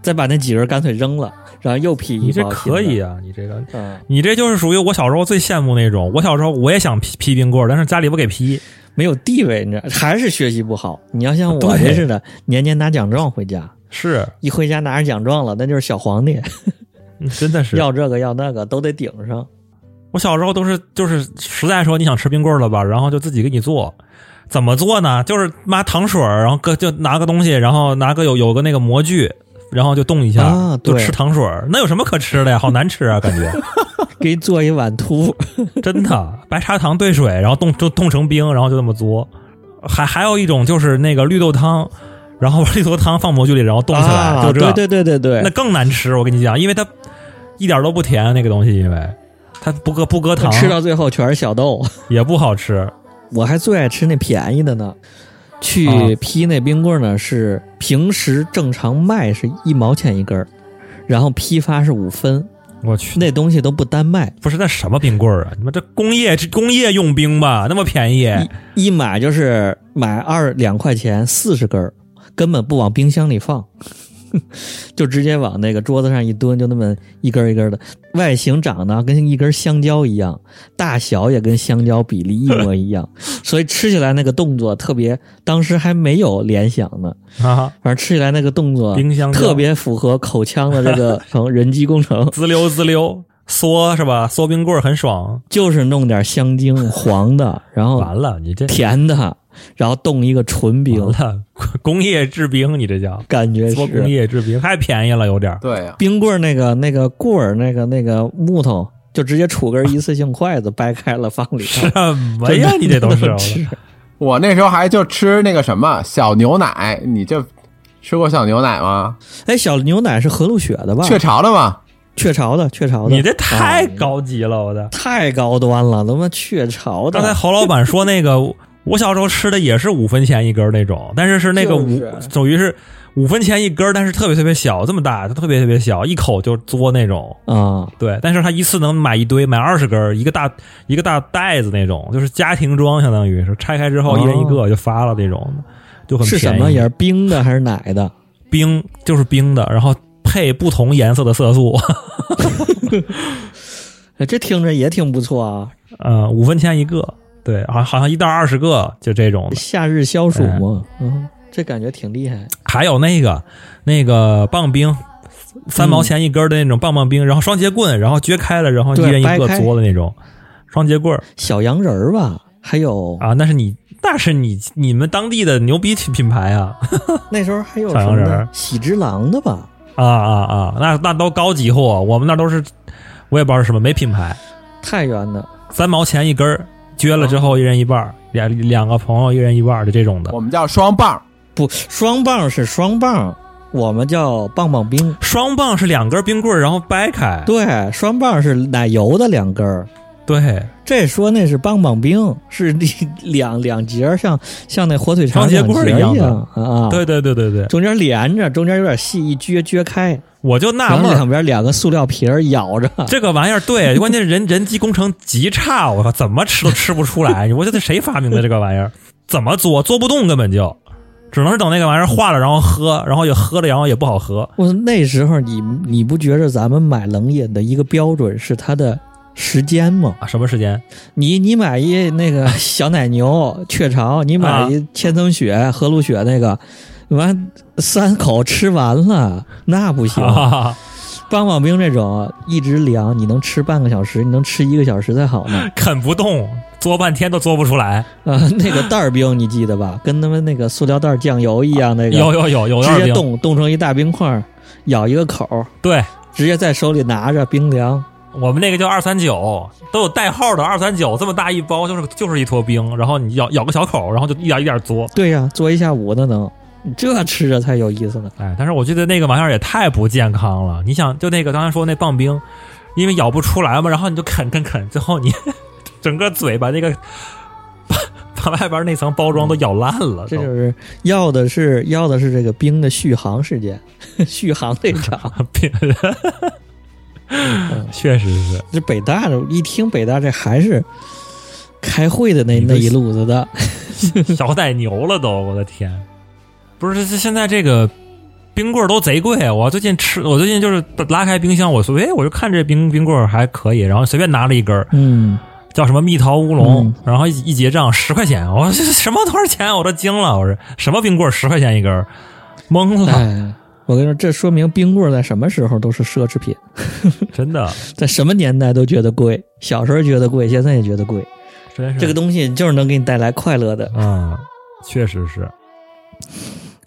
再把那几根儿干脆扔了，然后又劈一
你这
包新的
可以啊，你这个。
嗯，
你这就是属于我小时候最羡慕那种。我小时候我也想劈劈冰棍儿，但是家里不给劈。
没有地位，你知道，还是学习不好。你要像我
对
这似的，年年拿奖状回家，
是，
一回家拿着奖状了，那就是小皇帝，
嗯真的是。
要这个要那个都得顶上。
我小时候都是就是实在说你想吃冰棍儿了吧，然后就自己给你做。怎么做呢？就是妈糖水儿，然后搁就拿个东西，然后拿个有有个那个模具，然后就冻一下，
啊
就
对
吃糖水儿。那有什么可吃的呀？好难吃啊，感觉
给你做一碗秃，
真的。白砂糖兑水，然后冻就冻成冰，然后就这么做。还还有一种就是那个绿豆汤，然后把 绿豆汤放模具里，然后冻起来，
啊、
就这。
对对对对对，
那更难吃。我跟你讲，因为它一点都不甜，那个东西，因为它不搁不搁糖，
吃到最后全是小豆。
也不好吃。
我还最爱吃那便宜的呢。去
啊
劈那冰棍儿呢，是平时正常卖是一毛钱一根儿，然后批发是五分，
我去，
那东西都不单卖，
不是那什么冰棍儿啊！你们这工业这工业用冰吧，那么便宜
一买就是买二两块钱四十根儿，根本不往冰箱里放， 就直接往那个桌子上一蹲，就那么一根儿一根儿的，外形长得跟一根香蕉一样，大小也跟香蕉比例一模一样，所以吃起来那个动作特别，当时还没有联想呢，
啊！
反正吃起来那个动作
冰箱
特别符合口腔的这 个成人机工程，
滋溜滋溜嗦是吧？嗦冰棍儿很爽。
就是弄点香精 黄的，然后
完了，你这
嗯甜的，然后冻一个纯冰
完。了，工业制冰，你这叫
感觉
做工
是
业制冰，太便宜了，有 点儿。
对啊呀、
冰棍儿那个那个棍儿那个那个木头，就直接杵根一次性筷子掰开了放里头。
什么呀？你这都是
真的能吃
我那时候还就吃那个什么小牛奶，你就吃过小牛奶吗？
哎，小牛奶是和路雪的吧？
雀
雀
巢的吗？
巢的，雀巢的。
你这太
啊
高级了，我的。
太高端了，他妈雀巢的。
刚才侯老板说那个，我小时候吃的也是五分钱一根儿那种，但是是那个五
就是，
属于是五分钱一根儿，但是特别特别小，这么大，它特别特别小，一口就嘬那种。
啊，
对，但是他一次能买一堆，买二十根儿，一个大一个大袋子那种，就是家庭装，相当于是拆开之后
哦
一人一个就发了那种，就很
是
便宜。
什么？也是冰的还是奶的？
冰，就是冰的，然后配不同颜色的色素。
哎这听着也挺不错啊，
呃，五分钱一个，对，好像好像一袋二十个，就这种的。
夏日消暑嘛。嗯，这感觉挺厉害。
还有那个那个棒冰，三
嗯
毛钱一根的那种棒棒冰，然后双节棍，然后撅开了，然后一
对
人一
掰
个
开
嘬的那种双节棍儿
小洋人儿吧，还有、
啊，那是你那是你你们当地的牛逼品牌啊
那时候还有
小
什
洋
么
人
呢
儿？
喜之郎的吧？
啊啊啊，那那都高级货，我们那都是我也不知道是什么，没品牌，
太原的，
三毛钱一根儿，撅了之后一人一半儿，两两个朋友一人一半儿的这种的
我们叫双棒，
不，双棒是双棒，我们叫棒棒冰。
双棒是两根冰棍儿，然后掰开，
对，双棒是奶油的两根儿。
对，
这说那是棒棒冰，是两 两两节儿，像像那火腿肠
双节
两
棍儿
节
一样
样
的
啊。
对对对对对，
中间连着，中间有点细，一撅撅开，
我就纳
然后
闷儿，
两边两个塑料皮儿咬着。
这个玩意儿，对， 关键是人人机工程极差，我靠，怎么吃都吃不出来。 我觉得谁发明的这个玩意儿？怎么做做不动，根本就只能是等那个玩意儿化了，然后喝，然后也喝了，然后也不好喝。
我说那时候你你不觉着咱们买冷饮的一个标准是它的时间吗？
啊，什么时间？
你你买一那个小奶牛雀巢，你
啊
买一千层雪、和路雪那个，完三口吃完了那不行。
啊，
棒棒冰这种一直凉，你能吃半个小时，你能吃一个小时才好呢。
啃不动，嘬半天都嘬不出来。
啊、那个袋儿冰你记得吧？跟他们那个塑料袋儿酱油一样，那个
有有有有
直
二
接
冰，
冻冻成一大冰块儿，咬一个口儿，
对
直接在手里拿着冰凉。
我们那个叫二三九，都有代号的二三九，这么大一包，就是就是一坨冰，然后你咬咬个小口，然后就一点一点嘬。
对呀、做一下午呢能，你这吃着才有意思呢。
哎，但是我觉得那个玩意儿也太不健康了。你想，就那个刚才说那棒冰，因为咬不出来嘛，然后你就啃啃啃，最后你 整个嘴把那个把把外边那层包装都咬烂了。
嗯这就是要的是要的是这个冰的续航时间， 续航这 场。嗯
都 确实是，
这北大的，一听北大这还是开会的那
你
那
这
一路子的。
小奶牛了都，我的天！不是，这现在这个冰棍儿都贼贵。啊我最近吃，我最近就是拉开冰箱，我说，哎，我就看这冰冰棍儿还可以，然后随便拿了一根儿，
嗯，
叫什么蜜桃乌龙，
嗯
然后一一结账十块钱，我说这什么多少钱？啊我都惊了，我说什么冰棍十块钱一根儿，懵了，
哎，我跟你说，这说明冰棍儿在什么时候都是奢侈品，
真的，
在什么年代都觉得贵。小时候觉得贵，现在也觉得贵。
真是
这个东西就是能给你带来快乐的。
嗯，确实是，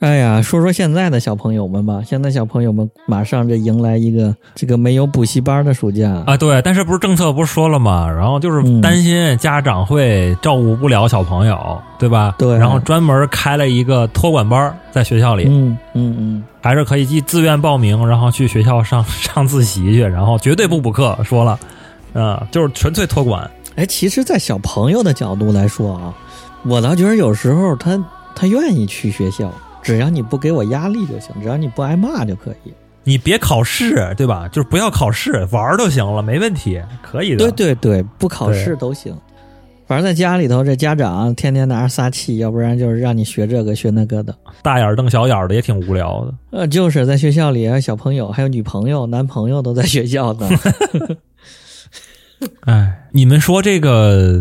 哎呀，说说现在的小朋友们吧，现在小朋友们马上这迎来一个这个没有补习班的暑假啊
啊，对，但是不是政策不是说了吗？然后就是
嗯
担心家长会照顾不了小朋友，对吧？
对
然后专门开了一个托管班儿在学校里，
嗯嗯嗯，
还是可以自自愿报名，然后去学校上上自习去，然后绝对不补课，说了，嗯，就是纯粹托管，
哎，其实，在小朋友的角度来说啊，我倒觉得有时候他他愿意去学校，只要你不给我压力就行，只要你不挨骂就可以。
你别考试，对吧？就是不要考试，玩儿就行了，没问题，可以的。
对对对，不考
对
试都行。反正在家里头，这家长天天拿着撒气，要不然就是让你学这个学那个的。
大眼儿瞪小眼儿的也挺无聊的。
呃，就是在学校里，啊小朋友还有女朋友、男朋友都在学校呢。
哎，你们说这个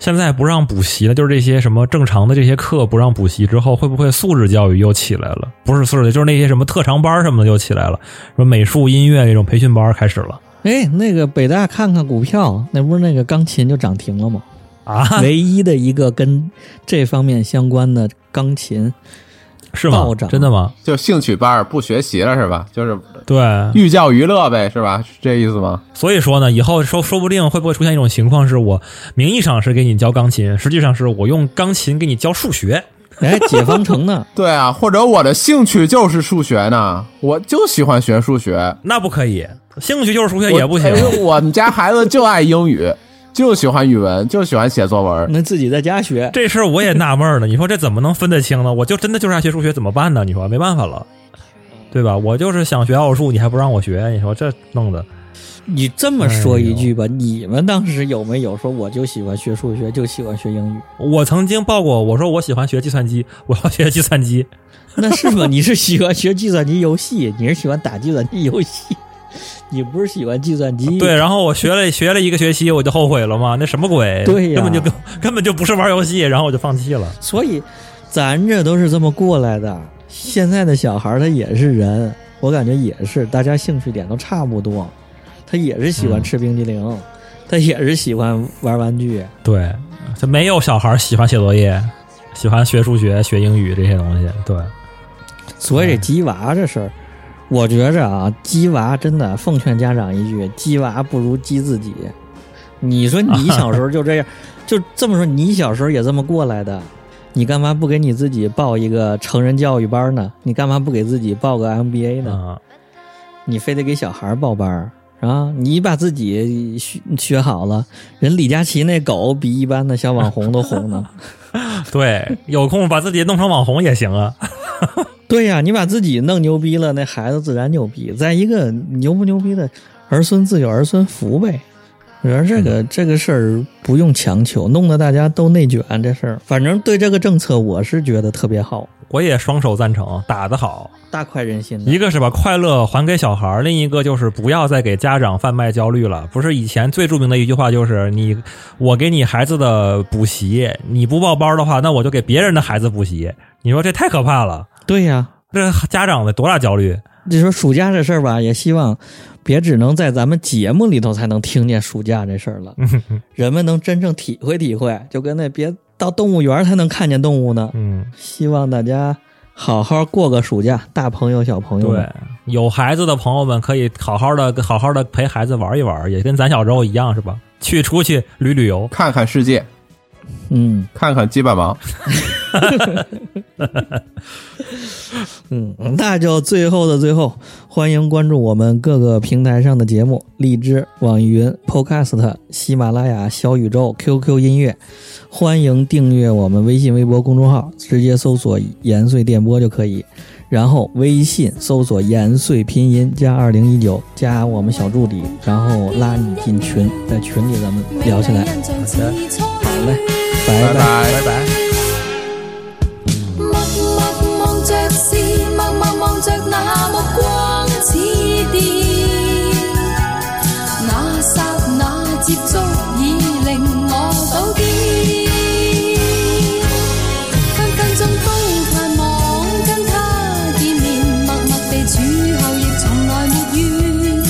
现在不让补习了，就是这些什么正常的这些课不让补习之后，会不会素质教育又起来了？不是素质，就是那些什么特长班儿什么的又起来了，什么美术、音乐这种培训班儿开始了
哎，那个北大看看股票，那不是那个钢琴就涨停了吗？
啊？
唯一的一个跟这方面相关的钢琴，
是吗
暴？涨
真的吗？
就兴趣班儿不学习了是吧？就是
对，
寓教于乐呗，是吧？是这意思吗？
所以说呢，以后说说不定会不会出现一种情况，是我名义上是给你教钢琴，实际上是我用钢琴给你教数学。
哎，解放城 呢？
对啊，或者我的兴趣就是数学呢，我就喜欢学数学，
那不可以，兴趣就是数学也不行
我。哎我们家孩子就爱英语，就喜欢语文，就喜欢写作文。
嗯
那自己在家学。
这事儿我也纳闷儿呢，你说这怎么能分得清呢？我就真的就是爱学数学，怎么办呢？你说没办法了，对吧？我就是想学奥数，你还不让我学，你说这弄的，
你这么说一句吧，哎你们当时有没有说我就喜欢学数学，就喜欢学 英语？
我曾经报过，我说我喜欢学计算机，我要学计算机，
那是吗？你是喜欢学计算机游戏，你是喜欢打计算机游戏，你不是喜欢计算机？
对，然后我学了学了一个学期，我就后悔了嘛，那什么鬼？
对呀
根本就根本就不是玩游戏，然后我就放弃了。
所以咱这都是这么过来的。现在的小孩儿他也是人，我感觉也是，大家兴趣点都差不多。他也是喜欢吃冰激凌，他也是喜欢玩玩具。
对，他没有小孩喜欢写作业，喜欢学数学、学英语这些东西。对，
所以这鸡娃这事儿，我觉着啊，鸡娃真的奉劝家长一句：鸡娃不如鸡自己。你说你小时候就这样，就这么说，你小时候也这么过来的，你干嘛不给你自己报一个成人教育班呢？你干嘛不给自己报个 MBA 呢？
嗯，
你非得给小孩报班儿啊？你把自己学学好了，人李佳琦那狗比一般的小网红都红 呢。
对，有空把自己弄成网红也行啊。
对呀、你把自己弄牛逼了，那孩子自然牛逼。再一个，牛不牛逼的，儿孙自有儿孙福呗。我觉得这
嗯
个这个事儿不用强求，弄得大家都内卷这事儿。反正对这个政策，我是觉得特别好，
我也双手赞成，打得好。
大快人心的。
一个是把快乐还给小孩儿，另一个就是不要再给家长贩卖焦虑了。不是以前最著名的一句话就是你，我给你孩子的补习，你不报班的话，那我就给别人的孩子补习。你说这太可怕了，
对呀、
这家长得多大焦虑？
你说暑假这事儿吧，也希望别只能在咱们节目里头才能听见暑假这事儿了，人们能真正体会体会，就跟那别到动物园才能看见动物呢。
嗯，
希望大家好好过个暑假，大朋友小朋友们
对。，有孩子的朋友们可以好好的、好好的陪孩子玩一玩，也跟咱小时候一样，是吧？去出去旅旅游，
看看世界，
嗯
看看鸡巴毛。
嗯，那就最后的最后，欢迎关注我们各个平台上的节目：荔枝、网易云、Podcast、喜马拉雅、小宇宙、QQ 音乐。欢迎订阅我们微信、微博公众号，直接搜索“延绥电波”就可以。然后微信搜索“延绥拼音加二零一九”，加我们小助理，然后拉你进群，在群里咱们聊起来。好嘞，拜
拜
拜
拜。
拜拜。
默默望着是，默默望着那目光似电，那刹那接觸已令我倒跌。分分鐘都盼望跟他見面，默默地處後亦從來沒怨。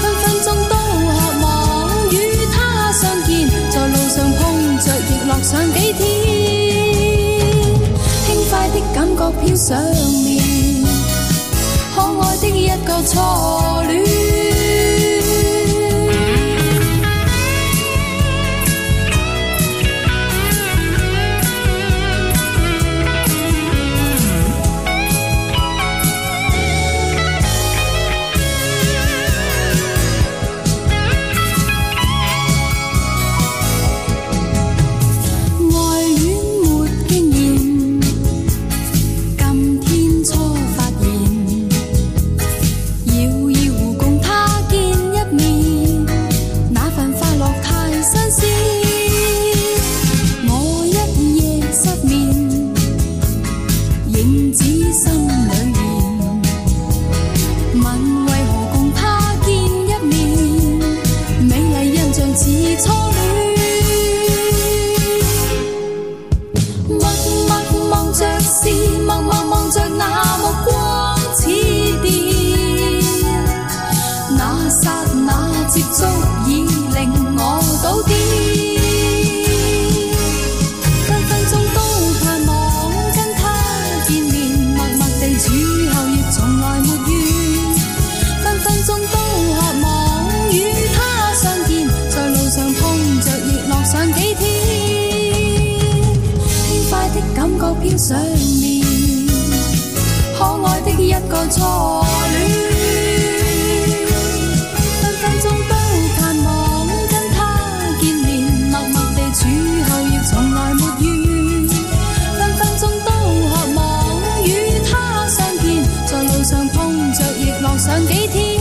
分分鐘都渴望與他相見，在路上碰着亦樂上幾天。輕快的感覺飄上面，可愛的一個初戀。愛戀沒經驗，今天初發現，遙遙共他見一面，那份快樂太新鮮。我一夜失眠，影子心裏面。問為何共他見一面，美麗印象似初戀。默默望着是，默默望着那目光似電，那剎那接觸已令我倒跌。分分鐘都盼望跟他見面，默默地處後亦從來沒怨。分分鐘都渴望與他相見，在路上碰着亦樂上幾天。輕快的感覺飄上面，可愛的一個初戀。分分鐘都盼望跟他見面，默默地處後亦從來沒怨。分分鐘都渴望與他相見，在路上碰着亦樂上幾天。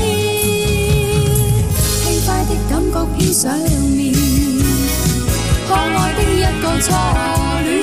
輕快的感覺飄上面，可愛的一個初戀。